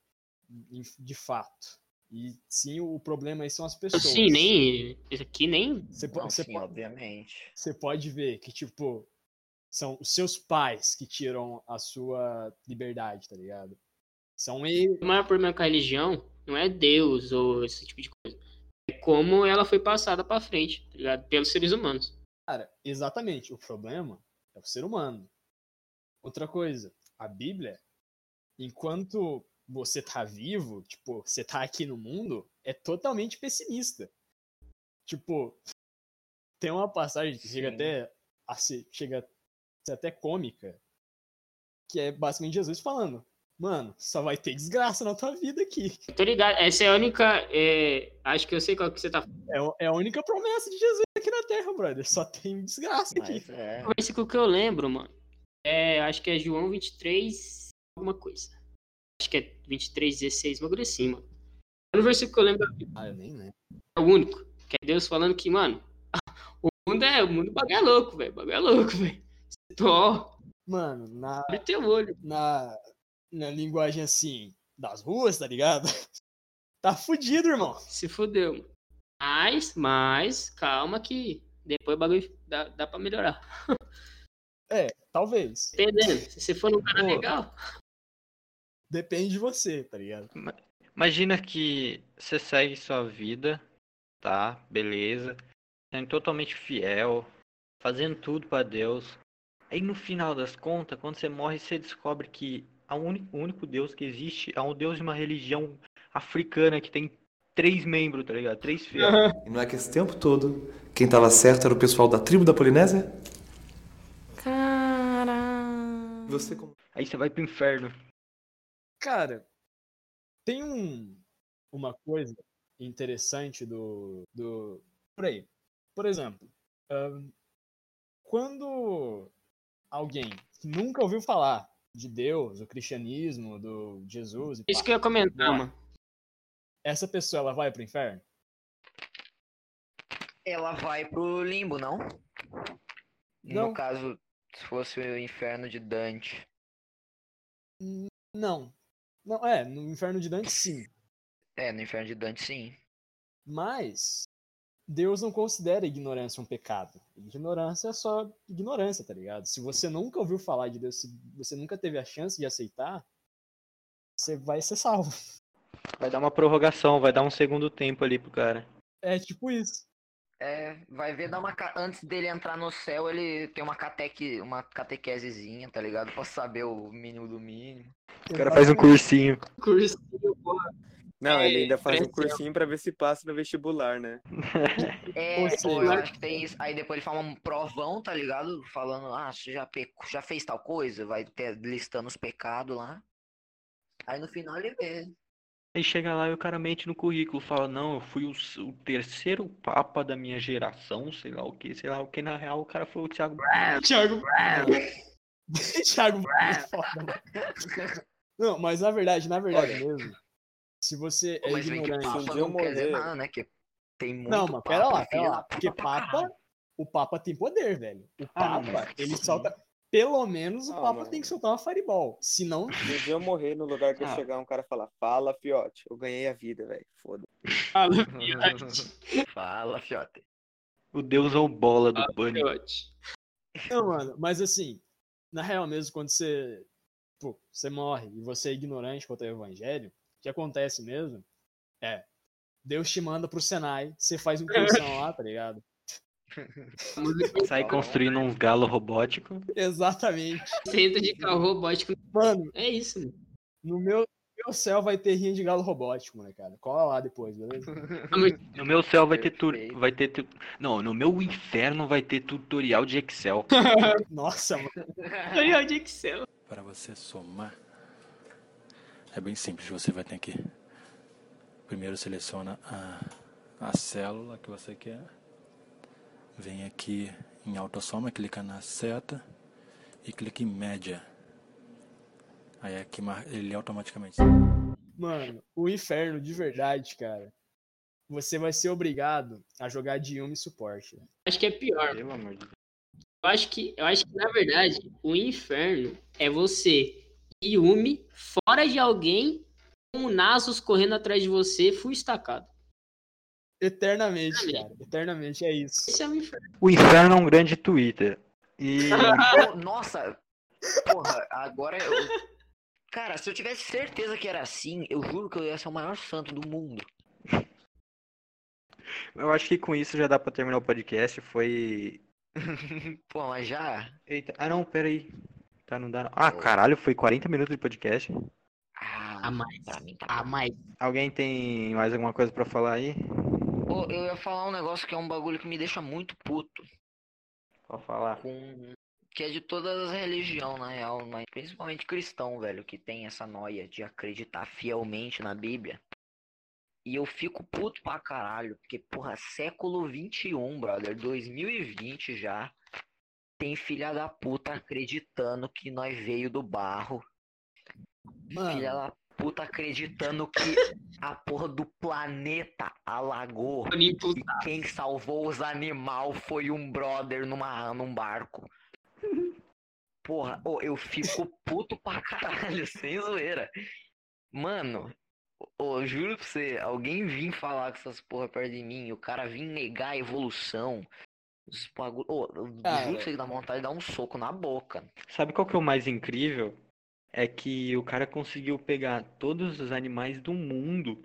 S2: em- de fato. E sim, o problema aí são as pessoas.
S3: Sim, nem. Isso aqui nem.
S2: Você, po-
S4: Não,
S2: você
S4: sim,
S2: po-
S4: obviamente.
S2: você pode ver que, tipo, são os seus pais que tiram a sua liberdade, tá ligado? São eles.
S3: O maior problema com a religião não é Deus ou esse tipo de coisa. É como ela foi passada pra frente, tá ligado? Pelos seres humanos.
S2: Cara, exatamente. O problema é o ser humano. Outra coisa, a Bíblia, enquanto você tá vivo, tipo, você tá aqui no mundo, é totalmente pessimista. Tipo, tem uma passagem que chega
S4: Sim.
S2: até a ser, chega a ser até cômica, que é basicamente Jesus falando: "Mano, só vai ter desgraça na tua vida aqui".
S3: Tô ligado. Essa é a única. é, acho que eu sei qual que você tá falando.
S2: É, o- é a única promessa de Jesus aqui na terra, brother. Só tem desgraça aqui.
S4: Mas é.
S3: O um versículo que eu lembro, mano. É, acho que é João 23, alguma coisa. Acho que é 23, 16, uma coisa assim, mano. O único versículo que eu lembro
S2: Ah, eu nem lembro.
S3: é o único. Que é Deus falando que, mano, o mundo é. O mundo o bagulho é louco, velho. O bagulho é louco, velho. Você tá, ó,
S2: Mano, na,
S3: abre teu olho.
S2: na, na linguagem assim, das ruas, tá ligado? Tá fudido, irmão.
S3: Se fodeu, mano. Mas, mas, calma que depois o bagulho dá, dá pra melhorar.
S2: É, Talvez.
S3: Entendendo? Se você for num cara
S1: Pô.
S3: legal,
S2: Depende de você, tá ligado?
S1: Imagina que você segue sua vida, tá? Beleza. Sendo totalmente fiel, fazendo tudo pra Deus. Aí no final das contas, quando você morre, você descobre que a uni- o único Deus que existe é um Deus de uma religião africana que tem três membros, tá ligado? Três fiéis.
S9: E não é que esse tempo todo, quem tava certo era o pessoal da tribo da Polinésia?
S8: Caralho.
S9: Você como.
S1: Aí você vai pro inferno.
S2: Cara, tem um, uma coisa interessante do, do. Por aí. Por exemplo, ahn, quando alguém que nunca ouviu falar de Deus, do cristianismo, do Jesus, e
S3: é isso
S2: pá,
S3: que eu ia comentar,
S2: Não.
S3: mano.
S2: essa pessoa ela vai pro inferno?
S4: Ela vai pro limbo, não?
S2: Não.
S4: No caso, se fosse o inferno de Dante.
S2: Não. Não, é, no inferno de Dante sim.
S4: É, no inferno de Dante, sim.
S2: Mas Deus não considera a ignorância um pecado. Ignorância é só ignorância, tá ligado? Se você nunca ouviu falar de Deus, se você nunca teve a chance de aceitar, você vai ser salvo.
S1: Vai dar uma prorrogação, vai dar um segundo tempo ali pro cara.
S2: É tipo isso.
S4: É, vai ver, dá uma ca- antes dele entrar no céu, ele tem uma, cateque... uma catequesezinha, tá ligado? Pra saber o mínimo do mínimo.
S1: O cara faz um cursinho.
S3: Curso.
S5: Não,
S3: É,
S5: ele ainda faz um
S3: parece-
S5: cursinho pra ver se passa no vestibular, né?
S4: É,
S2: Ou seja,
S4: pô, eu acho que tem isso. Aí depois ele fala um provão, tá ligado? Falando, ah, você já, pecou, já fez tal coisa, vai ter, listando os pecados lá. Aí no final ele vê.
S1: Aí chega lá e o cara mente no currículo, fala, não, eu fui o, s- o terceiro papa da minha geração, sei lá o que, sei lá o que, na real o cara foi o Thiago.
S2: Thiago. Thiago. foda, mano. Não, mas na verdade, na verdade mesmo, se você é
S4: Mas vem que
S2: ignorante.
S5: Se um
S4: papa
S5: dia eu
S4: não quer dizer
S5: morrer-
S4: nada, né? Que tem muito
S2: Não, mas
S4: papa,
S2: pera lá,
S4: filho
S2: pera lá.
S4: da
S2: assim, Porque
S4: puta pra
S2: Papa, o Papa tem poder, velho. O
S1: Ah, não,
S2: Papa,
S1: mas-
S2: ele solta. Pelo menos o
S5: Ah,
S2: Papa
S5: mano.
S2: tem que soltar uma fireball. Se não.
S5: Se um dia eu morrer no lugar que eu
S1: Ah.
S5: chegar, um cara falar, fala, fiote, eu ganhei a vida, velho. Foda.
S4: caralho. Fala, fiote.
S1: O Deus é o bola do pânico.
S3: Fiote.
S2: Não, mano, mas assim, na real mesmo, quando você. Pô, você morre e você é ignorante quanto ao evangelho, o que acontece mesmo é. Deus te manda pro Senai, você faz um cursão lá, tá ligado?
S3: A música
S1: Sai construindo uns galo robótico.
S2: Exatamente.
S3: você entra de carro robótico.
S2: Mano,
S3: É isso, mano.
S2: no meu, meu céu vai ter rinha de galo robótico, molecada. Cola lá depois, beleza?
S1: No meu céu vai ter tu,
S4: Perfeito.
S1: vai ter tu- não, no meu inferno vai ter tutorial de Excel.
S2: Nossa, mano.
S3: Tutorial de Excel.
S7: Para você somar, é bem simples. Você vai ter que. Primeiro seleciona a, a célula que você quer. Vem aqui em autossoma, clica na seta e clica em média. Aí aqui mar- ele automaticamente.
S2: Mano, o inferno de verdade, cara. Você vai ser obrigado a jogar de Yumi suporte. velho.
S3: Acho que é pior.
S1: Pelo amor de Deus.
S3: Eu acho que, eu acho que na verdade, o inferno é você, Yumi, fora de alguém, com o Nasus correndo atrás de você, full estacado.
S2: Eternamente, cara. Eternamente, é isso.
S3: Esse é o inferno.
S1: O inferno é um grande Twitter. E
S4: Pô, Então, Nossa, porra, agora eu. Cara, se eu tivesse certeza que era assim, eu juro que eu ia ser o maior santo do mundo.
S1: eu acho que com isso já dá pra terminar o podcast, foi
S4: Pô, mas já.
S1: Eita, ah não, peraí. Tá, não dá. não. Ah, caralho, foi 40 minutos de podcast.
S4: Ah,
S3: A mais.
S4: pra mim tá.
S3: A mais.
S1: Alguém tem mais alguma coisa pra falar aí?
S4: Pô, eu ia falar um negócio que é um bagulho que me deixa muito puto.
S1: Pode falar.
S4: Com... Que é de todas as religiões, na real, mas principalmente cristão, velho, que tem essa noia de acreditar fielmente na Bíblia. E eu fico puto pra caralho, porque, porra, século 21, brother, 2020 já. Tem filha da puta acreditando que nós veio do barro.
S2: Mano,
S4: Filha da puta acreditando que a porra do planeta alagou. E quem salvou os animal foi um brother numa, num barco. Porra, ô, eu fico puto pra caralho, sem zoeira. Mano, ô, juro pra você, alguém vir falar com essas porra perto de mim, o cara vir negar a evolução. Os bagulho. Ô, eu
S2: Ah, é.
S1: Cara.
S4: juro que você dá vontade de dar um soco na boca.
S1: Sabe qual que é o mais incrível? É que o cara conseguiu pegar todos os animais do mundo,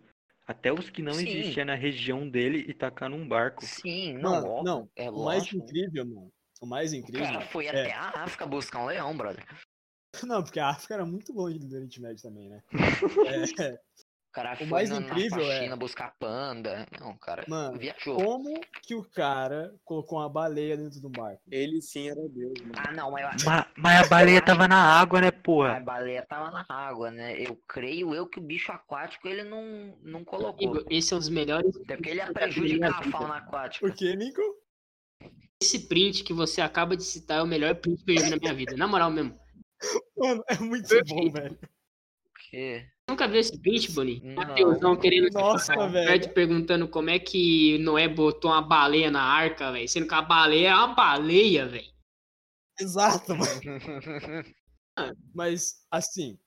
S1: até os que não
S4: Sim.
S1: existiam na região dele, e tacar num barco.
S4: Sim,
S2: Mano,
S4: não, ó,
S2: não,
S4: é
S2: o mais
S4: lógico.
S2: incrível, mano. O mais
S4: O
S2: incrível.
S4: cara foi
S2: é-
S4: até a África buscar um leão, brother.
S2: Não, porque a África era muito longe do Oriente Médio também, né? É,
S4: O cara foi
S2: mais
S4: na,
S2: incrível
S4: na
S2: é-
S4: China buscar panda. Não, o cara,
S2: Mano,
S4: viajou.
S2: como que o cara colocou uma baleia dentro de um barco?
S5: Ele sim era Deus, mano.
S4: Ah, não, mas, eu-
S1: Mas, mas a baleia tava na água, né,
S4: a
S1: porra?
S4: baleia tava na água, né? Eu creio eu que o bicho aquático ele não, não colocou.
S3: Igor, esse é um dos melhores.
S4: Até porque ele ia
S3: da minha
S4: prejudicar a
S3: vida.
S4: fauna aquática.
S2: Por que, Nico?
S3: Esse print que você acaba de citar é o melhor print que eu já vi na minha vida. Na moral mesmo.
S2: Mano, é muito bom, velho.
S4: Porque...
S3: Nunca viu esse print, Boni?
S4: Não.
S3: Mateusão querendo
S2: Nossa,
S3: Fred
S2: velho.
S3: perguntando como é que Noé botou uma baleia na arca, velho. Sendo que a baleia é uma baleia, velho.
S2: Exato, mano. Mas, assim.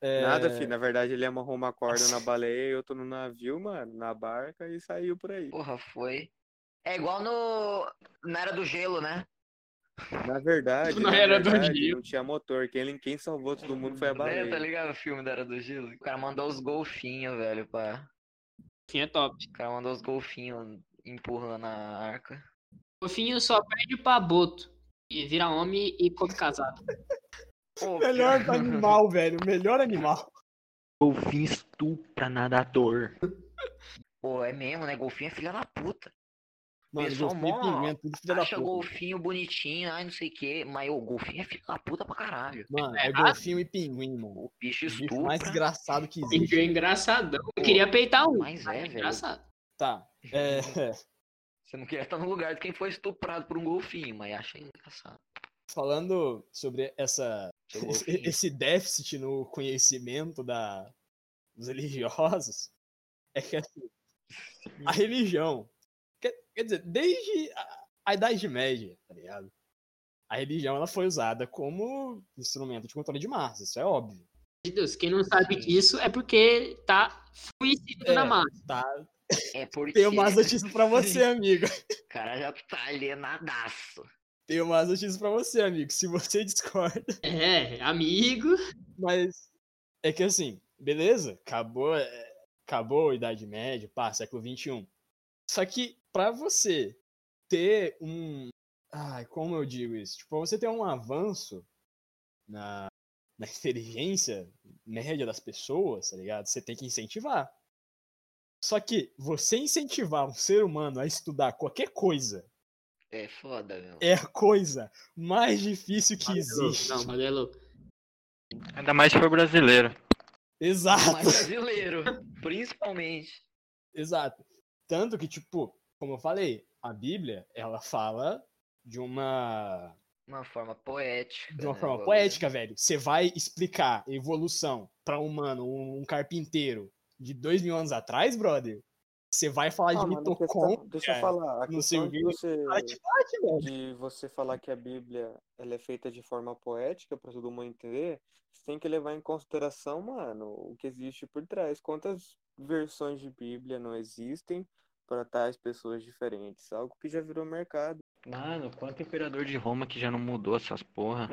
S2: é,
S5: Nada, filho. Na verdade, ele amarrou uma corda na baleia, eu tô no navio, mano, na barca e saiu por aí.
S4: Porra, foi. É igual no. Na era do gelo, né?
S5: Na verdade,
S3: Não
S5: na
S3: era do
S5: verdade,
S3: Gil.
S5: não tinha motor. Quem, quem salvou todo mundo foi a
S4: É, tá
S5: baleia.
S4: ligado o filme da era do gelo? O cara mandou os golfinhos, velho, pá.
S3: Enfim, é top.
S4: O cara mandou os golfinhos empurrando a arca.
S3: Fofinho só perde pra Boto. E vira homem e come casado.
S4: Pô,
S2: Melhor
S4: pior-
S2: animal, velho. Melhor animal.
S1: Golfinho estupra nadador.
S4: Pô, é mesmo, né? Golfinho é filha da puta.
S2: Mano,
S4: Pessoal, mó- Ah,
S2: golfinho pinguento, é tudo filha da
S4: Acha
S2: puta.
S4: golfinho bonitinho, ai não sei o que, mas o golfinho é filho da puta pra caralho.
S2: Mano, é golfinho e pinguim, mano.
S4: O bicho
S2: O bicho mais
S4: estupra.
S2: engraçado que existe.
S3: Pinguim é engraçadão. Eu queria peitar um.
S4: Mas é, velho.
S3: Engraçado.
S2: Tá. É,
S4: Você não queria estar no lugar de quem foi estuprado por um golfinho, mas acha engraçado.
S2: falando sobre essa,
S4: Pelo
S2: esse-
S4: golfinho.
S2: esse déficit no conhecimento da, dos religiosos, é que assim, a religião, quer, quer dizer, desde a, a Idade Média, tá ligado? A religião ela foi usada como instrumento de controle de massa, isso é óbvio.
S3: De Deus, quem não sabe
S4: Sim.
S3: disso é porque tá suicídio
S2: É.
S3: na massa.
S2: Tá?
S4: É porque.
S2: Tenho mais notícias pra você, amigo.
S4: O cara já tá alienadaço.
S2: Tenho mais notícias pra você, amigo. Se você discorda.
S3: É, amigo.
S2: Mas é que assim, beleza, acabou, é, acabou a Idade Média, pá, século XXI. Só que pra você ter um. Ai, como eu digo isso? Tipo, pra você ter um avanço na, na inteligência média das pessoas, tá ligado? Você tem que incentivar. Só que você incentivar um ser humano a estudar qualquer coisa
S4: É foda, meu.
S2: é a coisa mais difícil que existe.
S3: Não, mas é louco.
S1: Ainda mais se for brasileiro.
S4: Mas
S2: Exato.
S4: brasileiro, principalmente.
S2: Exato. Tanto que, tipo, como eu falei, a Bíblia, ela fala de uma,
S4: Uma forma poética.
S2: de uma
S4: né,
S2: forma
S4: o bagulho.
S2: poética, velho. Você vai explicar evolução pra um humano, um, um carpinteiro de dois mil anos atrás, brother? Você vai falar de
S5: Ah, mano, a questão-
S4: um,
S2: mitocôndria?
S5: deixa eu falar. A
S2: não sei
S5: questão
S2: o
S5: de
S2: quê.
S5: você,
S2: Para de bate, velho.
S5: de você falar que a Bíblia ela é feita de forma poética pra todo mundo entender, você tem que levar em consideração, mano, o que existe por trás. Quantas versões de Bíblia não existem para tais pessoas diferentes? Algo que já virou mercado.
S1: Mano, quanto imperador de Roma que já não mudou essas porra.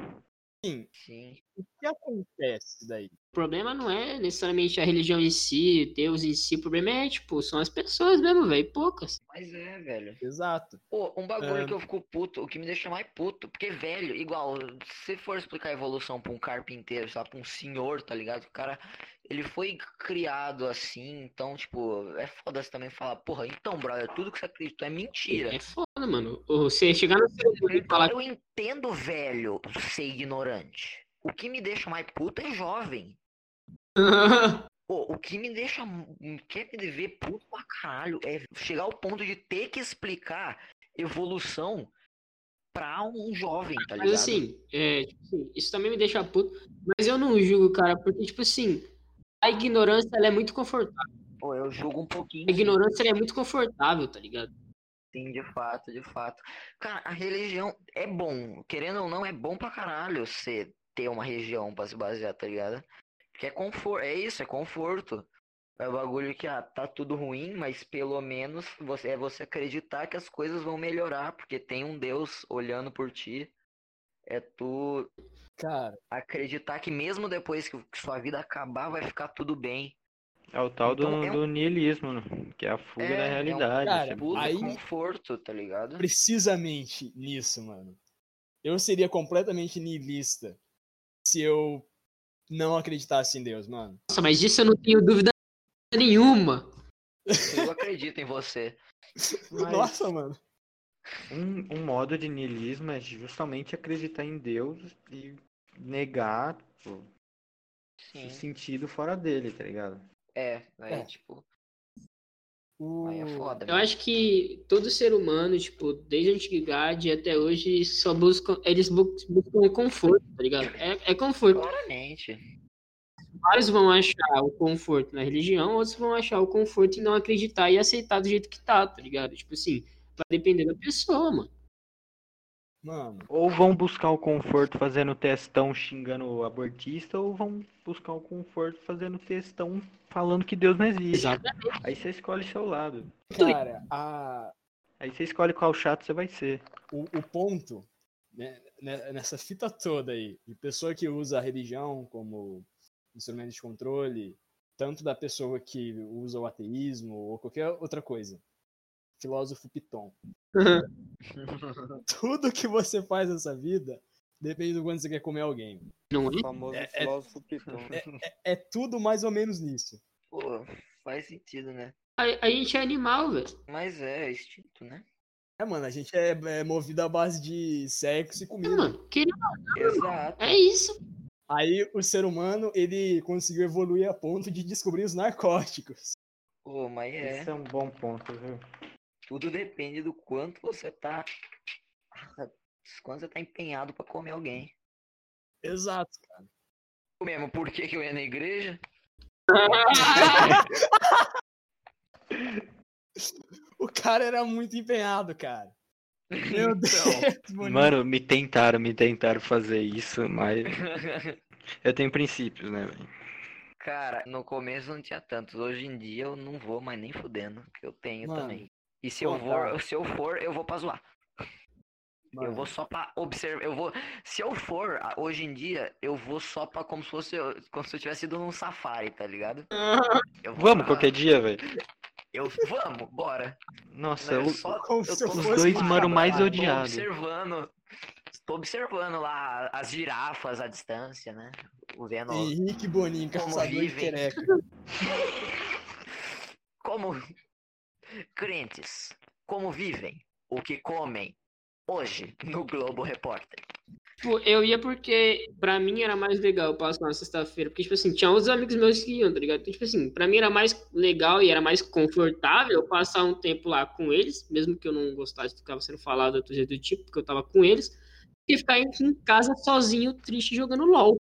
S4: Sim.
S2: O que acontece daí?
S3: O problema não é necessariamente a religião em si, Deus em si. O problema é, tipo, são as pessoas mesmo, velho. Poucas.
S4: Mas é, velho.
S2: Exato.
S4: Pô, um bagulho
S2: É.
S4: que eu fico puto, o que me deixa mais puto, porque, velho, igual, se for explicar a evolução pra um carpinteiro, sabe, pra um senhor, tá ligado? O cara, ele foi criado assim, então, tipo, é foda você também falar, porra, então, brother, tudo que você acreditou é mentira.
S3: É foda, mano. Ou Você chegar no ser humano e falar
S4: Eu entendo, velho, ser ignorante. O que me deixa mais puto é jovem. Pô, o que me deixa. mu- Quer me ver puto pra caralho é chegar ao ponto de ter que explicar evolução pra um jovem, tá ligado?
S3: Mas assim, é, tipo assim, isso também me deixa puto. Mas eu não julgo, cara, porque, tipo assim, a A ignorância ela é muito confortável.
S4: Pô, eu jogo um pouquinho.
S3: A ignorância ela é muito confortável, tá ligado?
S4: Sim, de fato, de fato. Cara, a religião é bom. Querendo ou não, é bom pra caralho você ter uma religião pra se basear, tá ligado? Porque é conforto, é isso, é conforto. É o bagulho que, ah, tá tudo ruim, mas pelo menos você, é você acreditar que as coisas vão melhorar, porque tem um Deus olhando por ti. É tu
S2: Cara,
S4: acreditar que mesmo depois que sua vida acabar, vai ficar tudo bem.
S1: É o tal do,
S4: Então, é um-
S1: do niilismo, né? que é a fuga
S4: É,
S1: da
S4: é um-
S1: realidade.
S2: cara,
S1: isso é
S4: Tudo
S2: Aí-
S4: conforto, tá ligado?
S2: precisamente nisso, mano. Eu seria completamente niilista se eu não acreditasse em Deus, mano.
S3: Nossa, mas disso eu não tenho dúvida nenhuma.
S4: Eu acredito em você.
S1: Mas-
S2: Nossa, mano.
S1: Um, um modo de niilismo é justamente acreditar em Deus e negar tipo, o
S4: Sim.
S1: sentido fora dele, tá ligado?
S4: É, aí,
S2: É.
S4: tipo,
S2: O...
S4: aí é foda.
S3: Eu acho que todo ser humano, tipo, desde a antiguidade até hoje, só buscam, eles bu- buscam conforto, tá ligado? É, é conforto.
S4: Claramente.
S3: Vários vão achar o conforto na religião, outros vão achar o conforto e não acreditar e aceitar do jeito que tá, tá ligado? Tipo assim, vai depender da pessoa, mano.
S2: Mano,
S1: Ou vão buscar o conforto fazendo textão xingando o abortista, ou vão buscar o conforto fazendo textão falando que Deus não existe.
S3: Exatamente.
S1: Aí você escolhe seu lado.
S2: cara, a...
S1: Aí você escolhe qual chato você vai ser.
S2: o, o ponto né, ne- nessa fita toda aí, de pessoa que usa a religião como instrumento de controle, tanto da pessoa que usa o ateísmo ou qualquer outra coisa. Filósofo Piton. Tudo que você faz nessa vida depende do quanto você quer comer alguém.
S3: Não é?
S5: O famoso filósofo Piton.
S2: É tudo mais ou menos nisso.
S4: Pô, faz sentido, né?
S3: A, a gente é animal, velho.
S4: Mas é, instinto, né?
S2: É, mano, a gente é, é movido à base de sexo e
S3: É,
S2: comida.
S3: mano, que-
S4: Exato.
S3: é isso.
S2: Aí o ser humano, ele conseguiu evoluir a ponto de descobrir os narcóticos.
S4: Pô, mas é.
S1: Esse é um bom ponto, viu?
S4: Tudo depende do quanto você tá. Quanto você tá empenhado pra comer alguém.
S2: Exato.
S4: Eu mesmo, por que, que eu ia na igreja?
S2: O cara era muito empenhado, cara. Meu
S4: Então,
S2: Deus, bonito.
S1: Mano, me tentaram, me tentaram fazer isso, mas eu tenho princípios, né, velho?
S4: Cara, no começo não tinha tantos. Hoje em dia eu não vou mais nem fudendo. Que eu tenho
S2: Mano,
S4: também. E se eu,
S2: pô, tá
S4: for,
S2: cara.
S4: se eu for, eu vou pra zoar. Eu
S2: Mano,
S4: vou só pra observar. Eu vou. Se eu for, a- hoje em dia, eu vou só pra como se fosse. eu- Como se eu tivesse ido num safari, tá ligado? Eu vou
S1: Vamos
S4: lá,
S1: qualquer dia, velho.
S4: Eu, vamos, bora.
S1: Nossa,
S4: eu
S1: eu-
S4: só-
S2: como
S4: eu
S2: se
S4: tô
S2: eu
S1: os
S2: fosse
S1: dois
S2: uma
S1: mano
S2: cabra,
S1: mais
S2: mano.
S4: Tô
S1: odiados.
S4: observando. Tô observando lá as girafas à distância, né? Vendo
S2: Henrique Boninho,
S4: Como
S2: caçador de
S4: vivem.
S2: pereca.
S4: como crentes, como vivem, o que comem hoje no Globo Repórter.
S3: Tipo, eu ia porque pra mim era mais legal passar na sexta-feira, porque, tipo assim, tinha uns amigos meus que iam, tá ligado? Então, tipo assim, pra mim era mais legal e era mais confortável eu passar um tempo lá com eles, mesmo que eu não gostasse do que tava sendo falado, outro jeito do tipo, porque eu tava com eles, que ficar em em casa sozinho, triste, jogando LOL.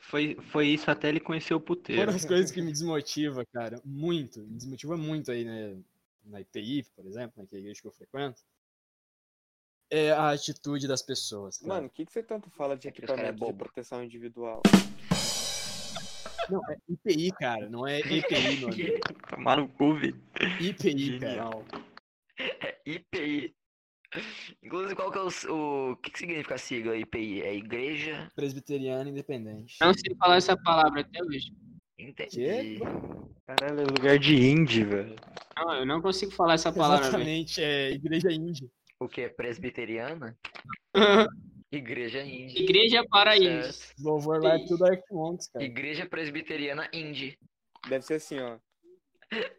S1: Foi, foi isso até ele conhecer o
S2: Uma
S1: puteiro.
S2: das coisas que me desmotiva, cara, muito, me desmotiva muito aí né, na IPI, por exemplo, na igreja que eu frequento, é a atitude das pessoas. cara.
S5: Mano, o que, que você tanto fala de
S4: É que os cara é
S5: equipamento de
S4: bobo.
S5: proteção individual?
S2: Não, é IPI, cara, não é IPI, mano.
S1: Tomar no cu, velho.
S2: IPI, cara.
S1: Genial.
S4: IPI. Inclusive, qual que é o. O que, que significa a sigla IPI? É igreja?
S2: Presbiteriana independente.
S3: Não é sei falar essa palavra até hoje.
S4: Entendi.
S1: Caralho, é lugar de indie, velho.
S3: Não, eu não consigo falar essa palavra, velho.
S2: Exatamente, é igreja índia.
S4: O que? Presbiteriana? Igreja índia.
S3: Igreja para
S4: Certo.
S3: índios.
S2: Louvor lá é tudo Arquimonks, cara.
S4: Igreja Presbiteriana Indie.
S5: Deve ser assim, ó.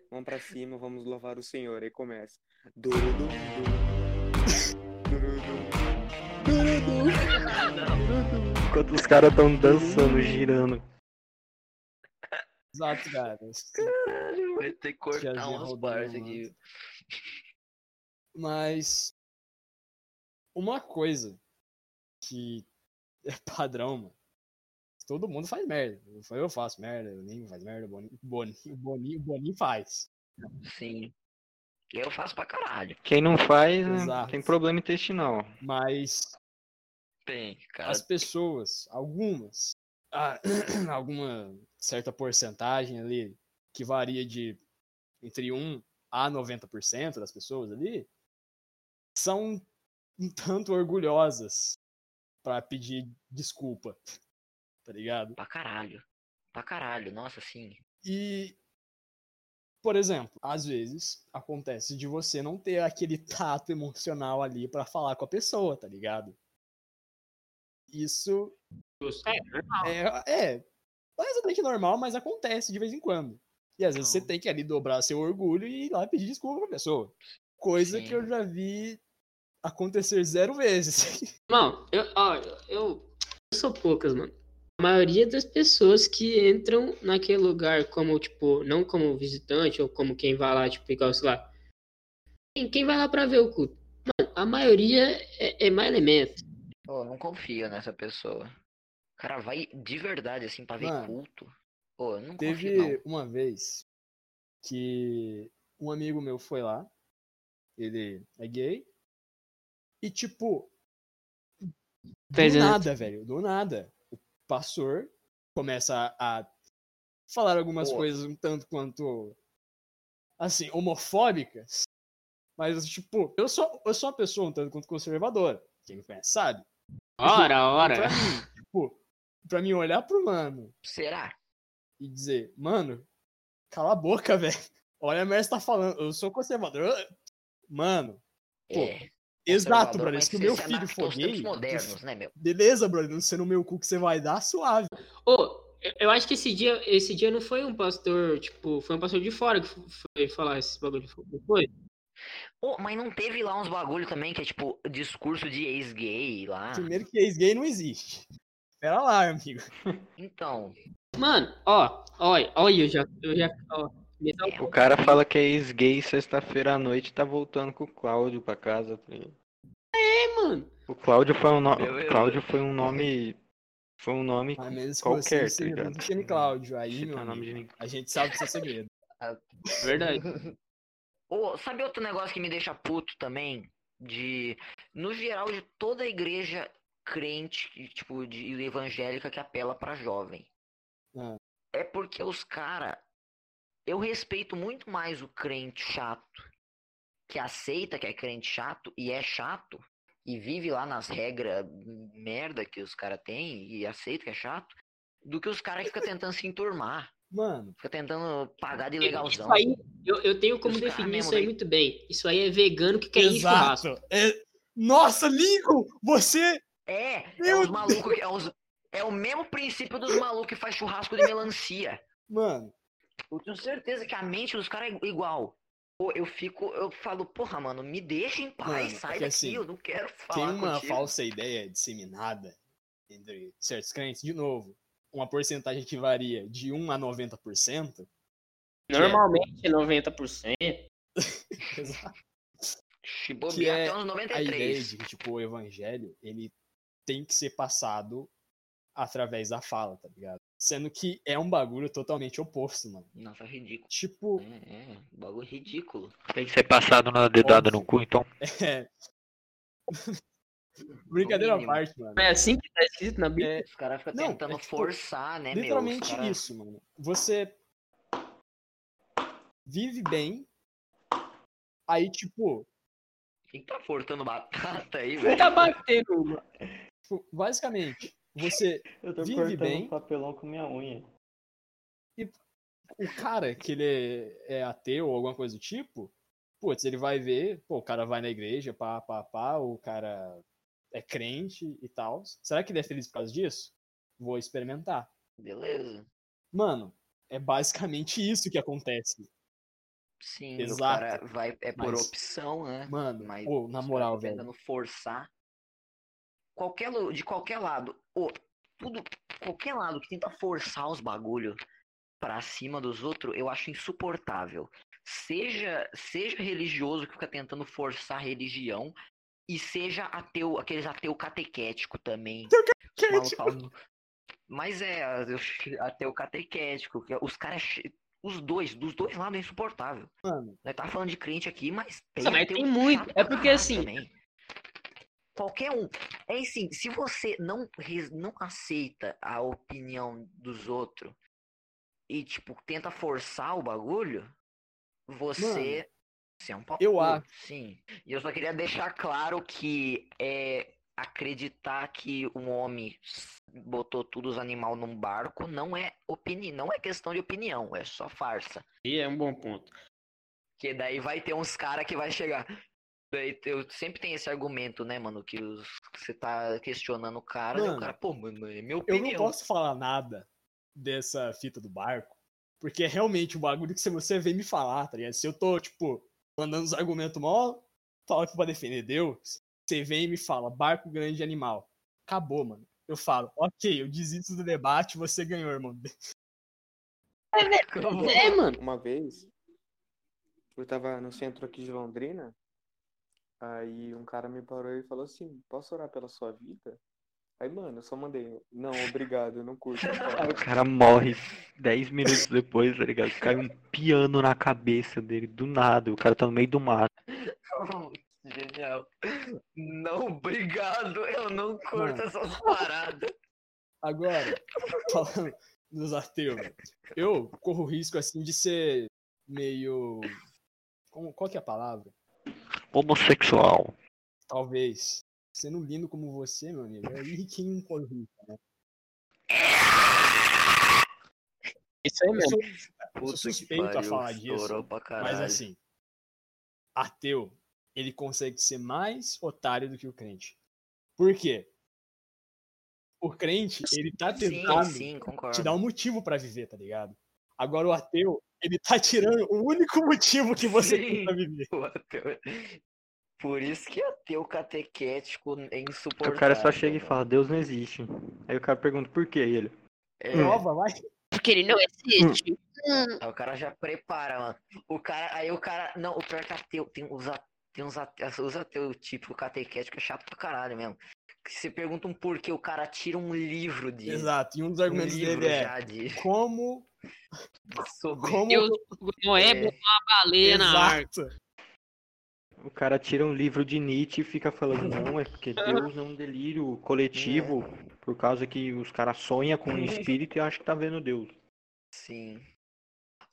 S5: Vamos pra cima, vamos louvar o Senhor. Aí começa. Durudu, durudu, durudu.
S1: Enquanto os caras tão dançando, girando.
S2: Exato, cara.
S4: Caralho, vai ter que cortar
S2: Tiazinha
S4: umas
S2: rodando
S4: partes
S2: lá.
S4: aqui.
S2: Mas uma coisa que é padrão, mano. todo mundo faz merda. Eu faço merda, o Ninho faz merda, o Boninho, o Boninho, o Boninho, o Boninho faz.
S4: Sim. Eu faço pra caralho.
S1: Quem não faz, né,
S2: Exato.
S1: tem problema intestinal.
S2: Mas
S4: Bem, cara.
S2: as pessoas, algumas, ah, alguma certa porcentagem ali, que varia de entre 1 a 90% das pessoas ali, são um tanto orgulhosas pra pedir desculpa, tá ligado?
S4: Pra caralho. Pra caralho, nossa, sim.
S2: E, por exemplo, às vezes acontece de você não ter aquele tato emocional ali pra falar com a pessoa, tá ligado? Isso
S3: Justo. É, normal.
S2: é, é exatamente normal, mas acontece de vez em quando. E às vezes você
S4: Não.
S2: tem que ali dobrar seu orgulho e ir lá pedir desculpa pra pessoa. Coisa que
S4: Sim.
S2: eu já vi acontecer zero vezes.
S3: Não, eu, ó, eu, eu sou poucas, mano. A maioria das pessoas que entram naquele lugar como, tipo, não como visitante ou como quem vai lá, tipo, igual, sei lá. Quem, quem vai lá pra ver o culto? Mano, a maioria é, é má elemento.
S4: Pô, não confio nessa pessoa. O cara vai de verdade, assim, pra ver
S2: Mano,
S4: culto. Pô, eu não
S2: Teve
S4: confio, não.
S2: uma vez que um amigo meu foi lá, ele é gay, e tipo, do
S3: Fez, né?
S2: nada, velho, do nada, o pastor começa a, a falar algumas
S4: Pô.
S2: coisas um tanto quanto, assim, homofóbicas, mas tipo, eu sou, eu sou uma pessoa um tanto quanto conservadora, quem me conhece sabe.
S3: Ora,
S2: Pra
S3: ora.
S2: mim, tipo, pra mim olhar pro mano
S4: Será?
S2: e dizer, mano, cala a boca, velho. Olha a Merce tá falando, eu sou conservador. Eu- Mano, Pô,
S4: É,
S2: exato,
S4: conservador,
S2: brother.
S4: mas
S2: Se o
S4: você
S2: meu
S4: se
S2: filho
S4: adaptou
S2: for
S4: aos tempos
S2: gay,
S4: modernos, né, meu?
S2: beleza, brother, não sendo o meu cu que você vai dar, suave.
S3: Ô, eu- eu acho que esse dia, esse dia não foi um pastor, tipo, foi um pastor de fora que f- foi falar esses bagulho. de fogo, não Foi?
S4: Pô, mas não teve lá uns bagulho também que é tipo discurso de ex-gay lá?
S2: Primeiro que ex-gay não existe. Pera lá, amigo.
S4: Então,
S3: Mano, ó, olha, olha, eu já, eu já, ó, me dá um
S1: O cara fala que é ex-gay sexta-feira à noite tá voltando com o Cláudio pra casa. tá ligado?
S3: pé, mano.
S1: O Cláudio foi um nome.
S4: Eu- eu- Tá
S1: Cláudio foi um nome. Foi um nome.
S2: A menos que
S1: Qualquer,
S2: você
S1: tá
S2: seja
S1: ligado?
S2: do time Cláudio. Aí, meu
S1: Citar um nome de
S2: amigo,
S1: ninguém.
S2: a gente sabe o seu segredo.
S3: Verdade.
S4: ô, sabe outro negócio que me deixa puto também? De, no geral, de toda igreja crente, que, tipo, de evangélica que apela pra jovem.
S2: Ah.
S4: É porque os cara, eu respeito muito mais o crente chato, que aceita que é crente chato e é chato, e vive lá nas regras merda que os cara tem e aceita que é chato, do que os caras que fica tentando se enturmar,
S2: Mano,
S4: fica tentando pagar de
S3: Isso
S4: legalzão.
S3: aí, eu, eu tenho como
S4: Os caras
S3: definir
S4: mesmo
S3: isso é aí
S4: daí.
S3: muito bem. Isso aí é vegano que quer ir em churrasco.
S2: exato. É- Nossa, Lincoln, você...
S4: É, é
S2: Meu
S4: os malucos, que- é, os- é o mesmo princípio dos malucos que faz churrasco de melancia.
S2: Mano,
S4: Eu tenho certeza que a mente dos caras é igual. Pô, eu fico, eu falo, porra, mano, me deixa em paz,
S2: Mano,
S4: sai
S2: é que
S4: daqui,
S2: assim,
S4: eu não quero
S2: tem
S4: falar
S2: uma
S4: contigo.
S2: falsa ideia disseminada entre certos crentes, de novo, uma porcentagem que varia de 1 a 90%.
S3: Normalmente é 90%.
S2: Exato.
S4: Se
S2: que
S4: bobear
S2: é
S4: até uns
S2: A ideia
S4: 93.
S2: de que, tipo, o evangelho, ele tem que ser passado através da fala, tá ligado? Sendo que é um bagulho totalmente oposto, mano.
S4: Nossa, ridículo.
S2: Tipo,
S4: É, é, bagulho ridículo.
S1: Tem que ser é passado na dedada no cu, então.
S2: é... Brincadeira à
S4: mínimo.
S2: parte, mano.
S3: É assim que tá escrito na Bíblia.
S2: É,
S4: Os caras ficam
S2: Não, é
S4: tentando
S2: tipo,
S4: forçar, né, meu? Os
S2: literalmente
S4: cara-
S2: isso, mano. Você vive bem, aí, tipo,
S4: Quem tá furtando batata aí,
S3: Não
S4: velho?
S3: tá batendo, mano.
S2: tipo, basicamente, você
S1: Eu
S2: tô Vive cortando bem. um
S1: papelão com minha unha.
S2: o cara que ele é, é ateu ou alguma coisa do tipo, putz, ele vai ver, pô, o cara vai na igreja, pá, pá, pá, o cara é crente e tal. Será que ele é feliz por causa disso? Vou experimentar.
S4: Beleza.
S2: Mano, é basicamente isso que acontece.
S4: Sim, o
S2: Exato.
S4: cara vai, é por
S2: Mas-
S4: opção, né?
S2: Mano,
S4: Mas
S2: pô, na
S4: os
S2: moral,
S4: caras
S2: velho.
S4: tentando forçar. Qualquer, lu- de qualquer lado. Ô, tudo, qualquer lado que tenta forçar os bagulho pra cima dos outros, eu acho insuportável. Seja, seja religioso que fica tentando forçar a religião,
S2: é, tipo,
S4: e seja ateu, aqueles ateu catequético também. Os malucos falam, Mas é, eu- até o catequético, que os caras. che- Os dois, dos dois lados é insuportável.
S2: Mano.
S4: Nós tá falando de crente aqui, mas tem.
S3: Nossa, mas tem
S4: um
S3: muito.
S4: chato
S3: É
S4: pra
S3: porque,
S4: caralho
S3: assim,
S4: também. Qualquer um. É assim, se você não, res- não aceita a opinião dos outros e, tipo, tenta forçar o bagulho, você.
S2: Mano.
S4: Você é um pau
S2: Eu
S4: no cu,
S2: acho.
S4: Sim. E eu só queria deixar claro que é acreditar que um homem s- botou todos os animais num barco não é opini... não é questão de opinião, é só farsa.
S3: E é um bom ponto.
S4: Que daí vai ter uns cara que vai chegar. Daí te- eu sempre tem esse argumento, né, mano, que os- você tá questionando o cara, daí o
S2: Mano,
S4: cara, pô, mano, é minha
S2: Eu
S4: opinião.
S2: não posso falar nada dessa fita do barco, porque é realmente o bagulho que se você vem me falar, tá ligado? Se eu tô, tipo, mandando os argumentos mó top pra defender Deus, você vem e me fala, barco grande animal. Acabou, mano. Eu falo, ok, eu desisto do debate, você ganhou, irmão.
S3: É, mano.
S5: Uma vez, eu tava no centro aqui de Londrina, aí um cara me parou e falou assim, posso orar pela sua vida? Aí, mano, eu só mandei, não, obrigado, eu não curto.
S1: O cara morre 10 minutos depois, tá ligado? Cai um piano na cabeça dele, do nada. O cara tá no meio do mato.
S4: Genial. Não, obrigado, eu não curto
S2: Mano.
S4: essas paradas.
S2: Agora, falando dos ateus, velho, eu corro o risco, assim, de ser meio... Como, qual que é a palavra?
S1: Homossexual.
S2: Talvez. Sendo lindo como você, meu amigo, é riquinho em corrida.
S3: Isso aí
S2: Eu
S3: mesmo.
S2: sou, eu sou suspeito a falar
S4: estourou
S2: disso,
S4: pra caralho.
S2: mas assim, ateu, ele consegue ser mais otário do que o crente. Por quê? O crente, ele tá tentando
S4: sim, sim, concordo.
S2: te dar um motivo pra viver, tá ligado? Agora o ateu, ele tá tirando o único motivo que você tem
S4: Sim.
S2: pra viver.
S4: O ateu- Por isso que ateu catequético é insuportável.
S1: O cara só chega e
S4: né, mano.
S1: fala, Deus não existe. Aí o cara pergunta por quê? E ele.
S4: É,
S2: Prova, vai.
S3: Porque ele não é existe.
S4: aí o cara já prepara, mano. O cara, aí o cara. Não, o pior é que ateu. Tem os ateu, tem uns ateu, os ateu típico catequético é chato pra caralho mesmo. Que se perguntam por que o cara tira um livro de.
S2: Exato, e um dos
S4: Um
S2: argumentos
S4: livro
S2: dele é
S4: já de.
S2: como,
S4: Sobre.
S2: como é
S3: Deus Noé botou uma é baleia na arca.
S2: Exato.
S1: O cara tira um livro de Nietzsche e fica falando, não, é porque Deus é um delírio coletivo, por causa que os caras sonham com um espírito e acham que tá vendo Deus.
S4: Sim.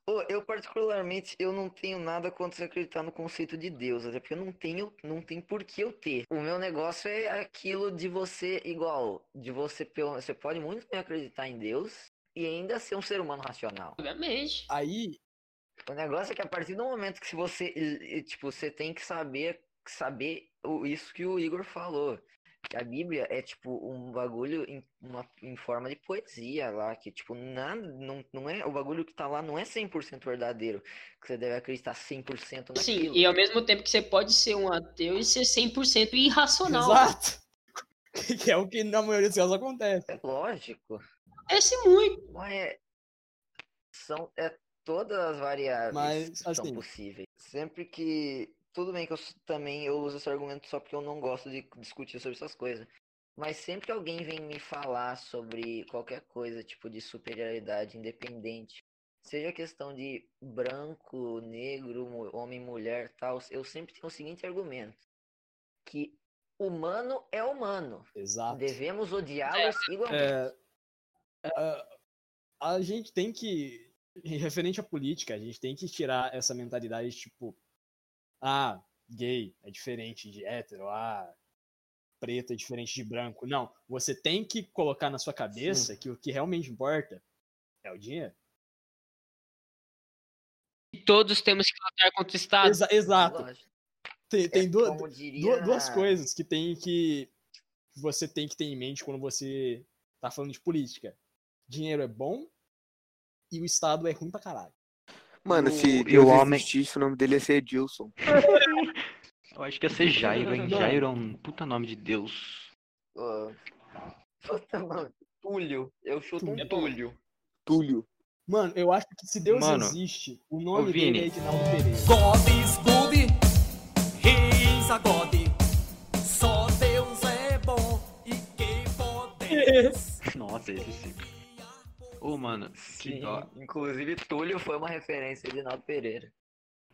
S4: Ô, eu particularmente, eu não tenho nada contra você acreditar no conceito de Deus, até porque eu não tenho, não tem por que eu ter. O meu negócio é aquilo de você igual, de você, pe- você pode muito bem acreditar em Deus e ainda ser um ser humano racional.
S3: Obviamente.
S2: Aí,
S4: O negócio é que a partir do momento que se você, e- e, tipo, você tem que saber, saber o- isso que o Igor falou. Que a Bíblia é tipo um bagulho em, uma, em forma de poesia lá, que tipo, nada, não, não é, o bagulho que tá lá não é 100% verdadeiro, que você deve acreditar 100%
S3: Sim,
S4: naquilo.
S3: Assim, e ao mesmo tempo que você pode ser um ateu e ser 100% irracional.
S2: Exato. Que é o que na maioria dos casos acontece.
S4: É lógico.
S3: Acontece muito.
S4: Mas é- são é todas as variáveis
S2: Mas,
S4: que
S2: assim-
S4: são possíveis. Sempre que. Tudo bem que eu s- também eu uso esse argumento só porque eu não gosto de discutir sobre essas coisas. Mas sempre que alguém vem me falar sobre qualquer coisa, tipo, de superioridade independente, seja questão de branco, negro, mu- homem, mulher, tal, eu sempre tenho o seguinte argumento, que humano é humano.
S2: Exato. É,
S4: Devemos odiá-los igualmente.
S2: A gente tem que, em referente à política, a gente tem que tirar essa mentalidade de, tipo, ah, gay é diferente de hétero, ah, preto é diferente de branco. Não, você tem que colocar na sua cabeça que o que realmente importa é o dinheiro.
S3: E todos temos que lutar contra o Estado.
S2: Exa- exato.
S4: Lógico.
S2: Tem, tem
S4: É
S2: duas,
S4: como
S2: Du-
S4: diria-
S2: duas coisas que tem que que você tem que ter em mente quando você tá falando de política. Dinheiro é bom e o Estado é ruim pra caralho.
S5: Mano, se
S1: O-
S5: Deus
S1: o homem-
S5: existisse, o nome dele ia ser Edilson.
S1: Eu acho que ia ser Jairo, hein?
S2: Não.
S1: Jairo é um puta nome de Deus.
S4: Ô, Puta, mano. Túlio. Eu chuto um
S1: É
S2: Túlio.
S4: Túlio.
S5: Túlio.
S2: Mano, eu acho que se Deus
S1: Mano,
S2: existe, o nome
S1: ô,
S2: dele
S1: Vini.
S2: é Edinaldo Pereira.
S10: God is good, he's a God. Só Deus é bom e quem pode. esse.
S1: Nossa, esse sim. Ô, mano, que
S4: Sim,
S1: dó.
S4: Inclusive, Túlio foi uma referência de Naldo Pereira.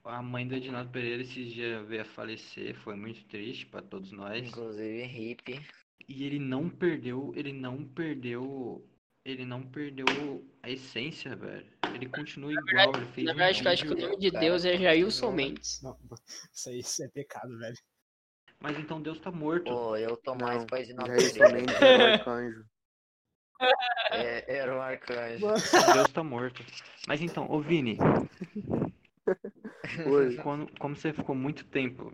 S1: A mãe do Edinaldo Pereira esses dias veio a falecer, foi muito triste pra todos nós.
S4: Inclusive, hippie.
S1: E ele não perdeu, ele não perdeu, ele não perdeu a essência, velho. Ele continua igual, ele fez
S3: Na verdade,
S1: um
S3: eu acho que o
S1: vídeo.
S3: nome de Deus é Jailson Mendes.
S2: Não, isso aí isso é pecado, velho.
S1: Mas então Deus tá morto.
S4: Pô, eu tô mais
S5: Não, é
S4: pra de Naldo
S5: Jailson
S4: Pereira.
S5: Mendes era o arcanjo.
S4: É, era um arcanjo.
S1: Deus tá morto. Mas então, ô Vini,
S5: Oi.
S1: quando- como você ficou muito tempo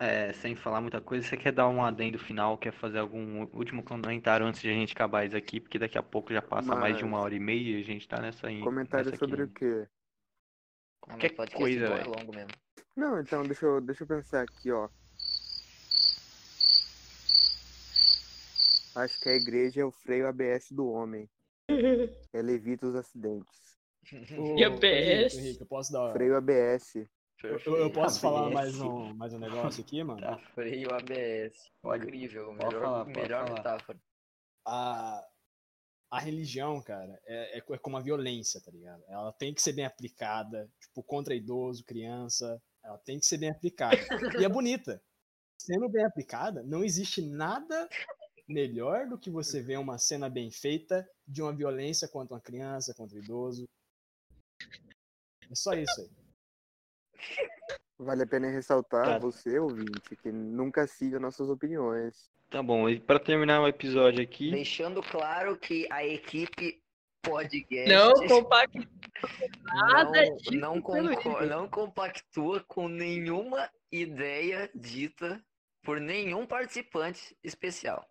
S1: é, sem falar muita coisa, você quer dar um adendo final, quer fazer algum ú- último comentário antes de a gente acabar isso aqui, porque daqui a pouco já passa mais de uma
S5: Mas-
S1: hora e meia e a gente tá nessa aí.
S5: Comentário
S1: nessa aqui é
S5: sobre o
S1: ainda.
S5: quê?
S4: Não, mas
S1: qualquer
S4: podcast
S1: coisa,
S4: bom é
S1: velho.
S4: longo mesmo.
S5: Não, então, deixa eu, deixa eu pensar aqui, ó. Acho que a igreja é o freio ABS do homem. Ela evita os acidentes.
S2: Ô,
S3: E a PS?
S2: Henrique, Henrique, eu posso dar.
S5: Freio ABS.
S2: Eu, eu- eu posso falar
S1: PS.
S2: mais um, mais um negócio aqui, mano?
S1: Tá.
S4: Freio ABS.
S1: Pode,
S4: Incrível.
S1: pode
S4: Melhor,
S1: falar, pode
S4: melhor
S1: falar.
S4: metáfora.
S2: a, a religião, cara, é, é, co- é como a violência, tá ligado? Ela tem que ser bem aplicada, tipo, contra idoso, criança, ela tem que ser bem aplicada. e é bonita. Sendo bem aplicada, não existe nada melhor do que você ver uma cena bem feita de uma violência contra uma criança, contra o idoso. É só isso aí.
S5: Vale a pena ressaltar,
S1: Tá.
S5: você, ouvinte, que nunca siga nossas opiniões.
S1: Tá bom, e pra terminar o episódio aqui.
S4: Deixando claro que a equipe podcast
S3: Não compacto é nada
S4: não,
S3: disso
S4: não,
S3: pelo
S4: concor-
S3: livro.
S4: não compactua com nenhuma ideia dita por nenhum participante especial.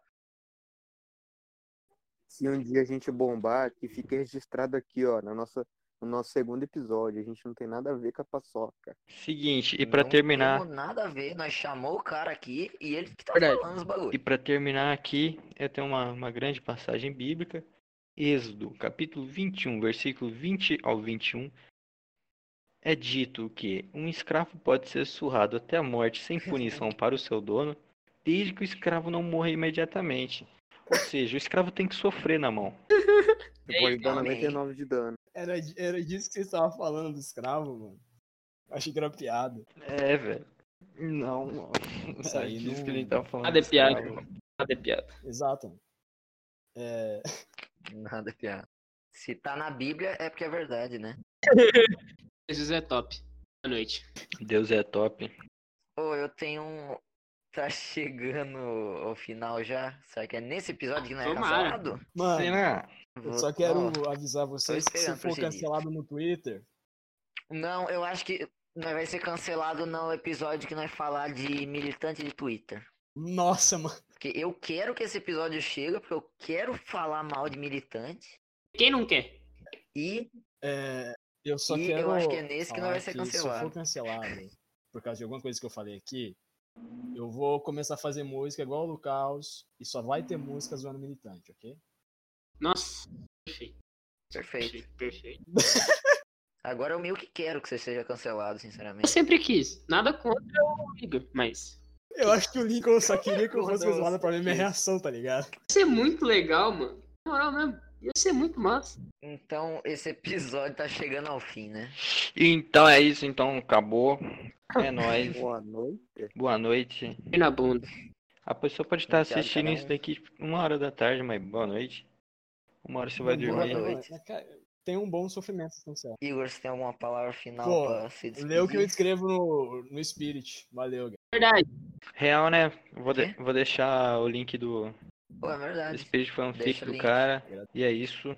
S5: Se um dia a gente bombar, que fique registrado aqui, ó, na nossa, no nosso segundo episódio. A gente não tem nada a ver com a paçoca.
S1: Seguinte, e pra
S4: Não
S1: terminar,
S4: temos nada a ver, nós chamou o cara aqui e ele que tá
S3: Verdade.
S4: falando os bagulho.
S1: e para terminar aqui, eu tenho uma, uma grande passagem bíblica, Êxodo, capítulo 21, versículo 20 ao 21. É dito que um escravo pode ser surrado até a morte sem punição para o seu dono, desde que o escravo não morra imediatamente. Ou seja, o escravo tem que sofrer na mão.
S5: Você pode dar
S4: amém.
S5: 99 de dano.
S2: Era, di- era disso que vocês estavam falando do escravo, mano. Achei que era piada.
S1: É, velho. Não, não.
S2: Isso aí
S1: É disso
S2: não-
S1: que a gente tá falando.
S3: Nada é
S1: do escravo.
S3: piada. de piada.
S2: Exato. mano. É,
S4: Nada piada. Se tá na Bíblia é porque é verdade, né?
S3: Jesus é top. Boa noite.
S1: Deus é top.
S4: Ô, eu tenho um. Tá chegando ao final já. Será que é nesse episódio que não é
S3: Tomara.
S4: cancelado?
S2: Mano,
S1: Será?
S2: Eu
S4: Vou-
S2: só quero
S4: Ó,
S2: avisar vocês que se
S4: esperando por
S2: for
S4: esse dia.
S2: cancelado no Twitter, um-
S4: Não, eu acho que nós vai ser cancelado no episódio que nós falar de militante de Twitter.
S2: nossa, mano.
S4: Porque eu quero que esse episódio chegue, porque eu quero falar mal de militante.
S3: Quem não quer?
S4: E
S2: é, eu só
S4: E eu
S2: quero.
S4: acho que é nesse que não
S2: falar
S4: vai ser
S2: que Se
S4: cancelado.
S2: for cancelado por causa de alguma coisa que eu falei aqui, eu vou começar a fazer música igual o Lucas e só vai ter música zoando militante, ok?
S3: Nossa. Perfeito,
S4: perfeito.
S3: perfeito, perfeito.
S4: Agora eu meio que quero que você seja cancelado,
S3: Eu
S4: sinceramente.
S3: sempre quis. Nada contra o Igor, mas.
S2: Eu acho que o Lincoln só queria que eu fosse
S4: Quando eu-
S2: zoado pra ver minha reação, tá ligado?
S3: Ia ser muito legal, mano. Na moral mesmo. Ia ser muito massa.
S4: Então esse episódio tá chegando ao fim, né?
S1: Então é isso, então acabou. É nóis.
S5: Boa noite.
S1: Boa noite.
S3: E na bunda.
S1: A pessoa pode estar
S4: Obrigado,
S1: assistindo
S4: cada
S1: isso
S4: um.
S1: daqui tipo, uma hora da tarde, mas boa noite. Uma hora você vai
S2: Mano,
S1: dormir.
S2: mano,
S4: noite.
S2: mas, cara, Tem um bom sofrimento cancelado.
S4: Igor, você tem alguma palavra final
S2: Pô,
S4: pra se despedir?
S2: Lê o que eu escrevo no, no Spirit. Valeu, galera.
S3: Verdade.
S1: Real, né? Vou, de-
S4: Quê?
S1: vou deixar o link do
S4: Pô, é verdade.
S1: Espírito Fanfic
S4: Deixa o
S1: um do
S4: link.
S1: cara. E é isso.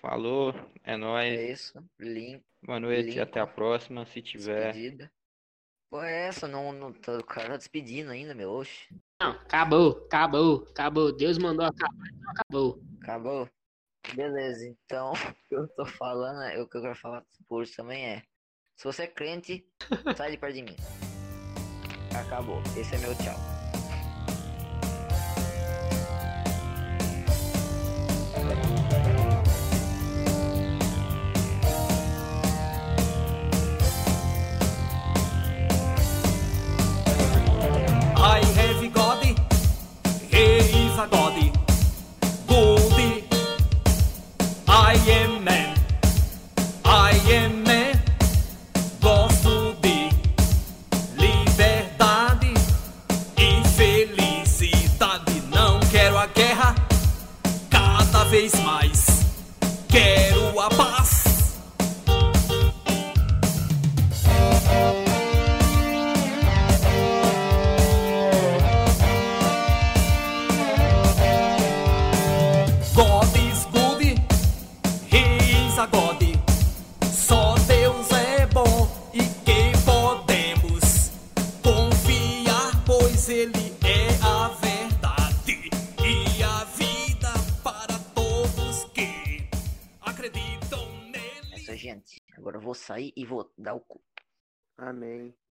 S1: Falou, é nóis.
S4: É isso. Link,
S1: Boa noite,
S4: Link.
S1: até a próxima, se tiver.
S4: despedida. Pô, é essa? Não, não, tá- o cara tá despedindo ainda, meu. Oxe.
S3: Não, acabou, acabou, acabou. Deus mandou acabar, então acabou.
S4: Acabou. Beleza, então o que eu tô falando, é- o que eu quero falar por isso também é. Se você é crente, sai de perto de mim.
S5: Acabou.
S4: Esse é meu tchau.
S11: I have God, He is a God. pagode. Só Deus é bom e que podemos confiar, pois Ele é a verdade e a vida para todos que acreditam nele.
S4: É Essa gente. Agora eu vou sair e vou dar o cu.
S5: Amém.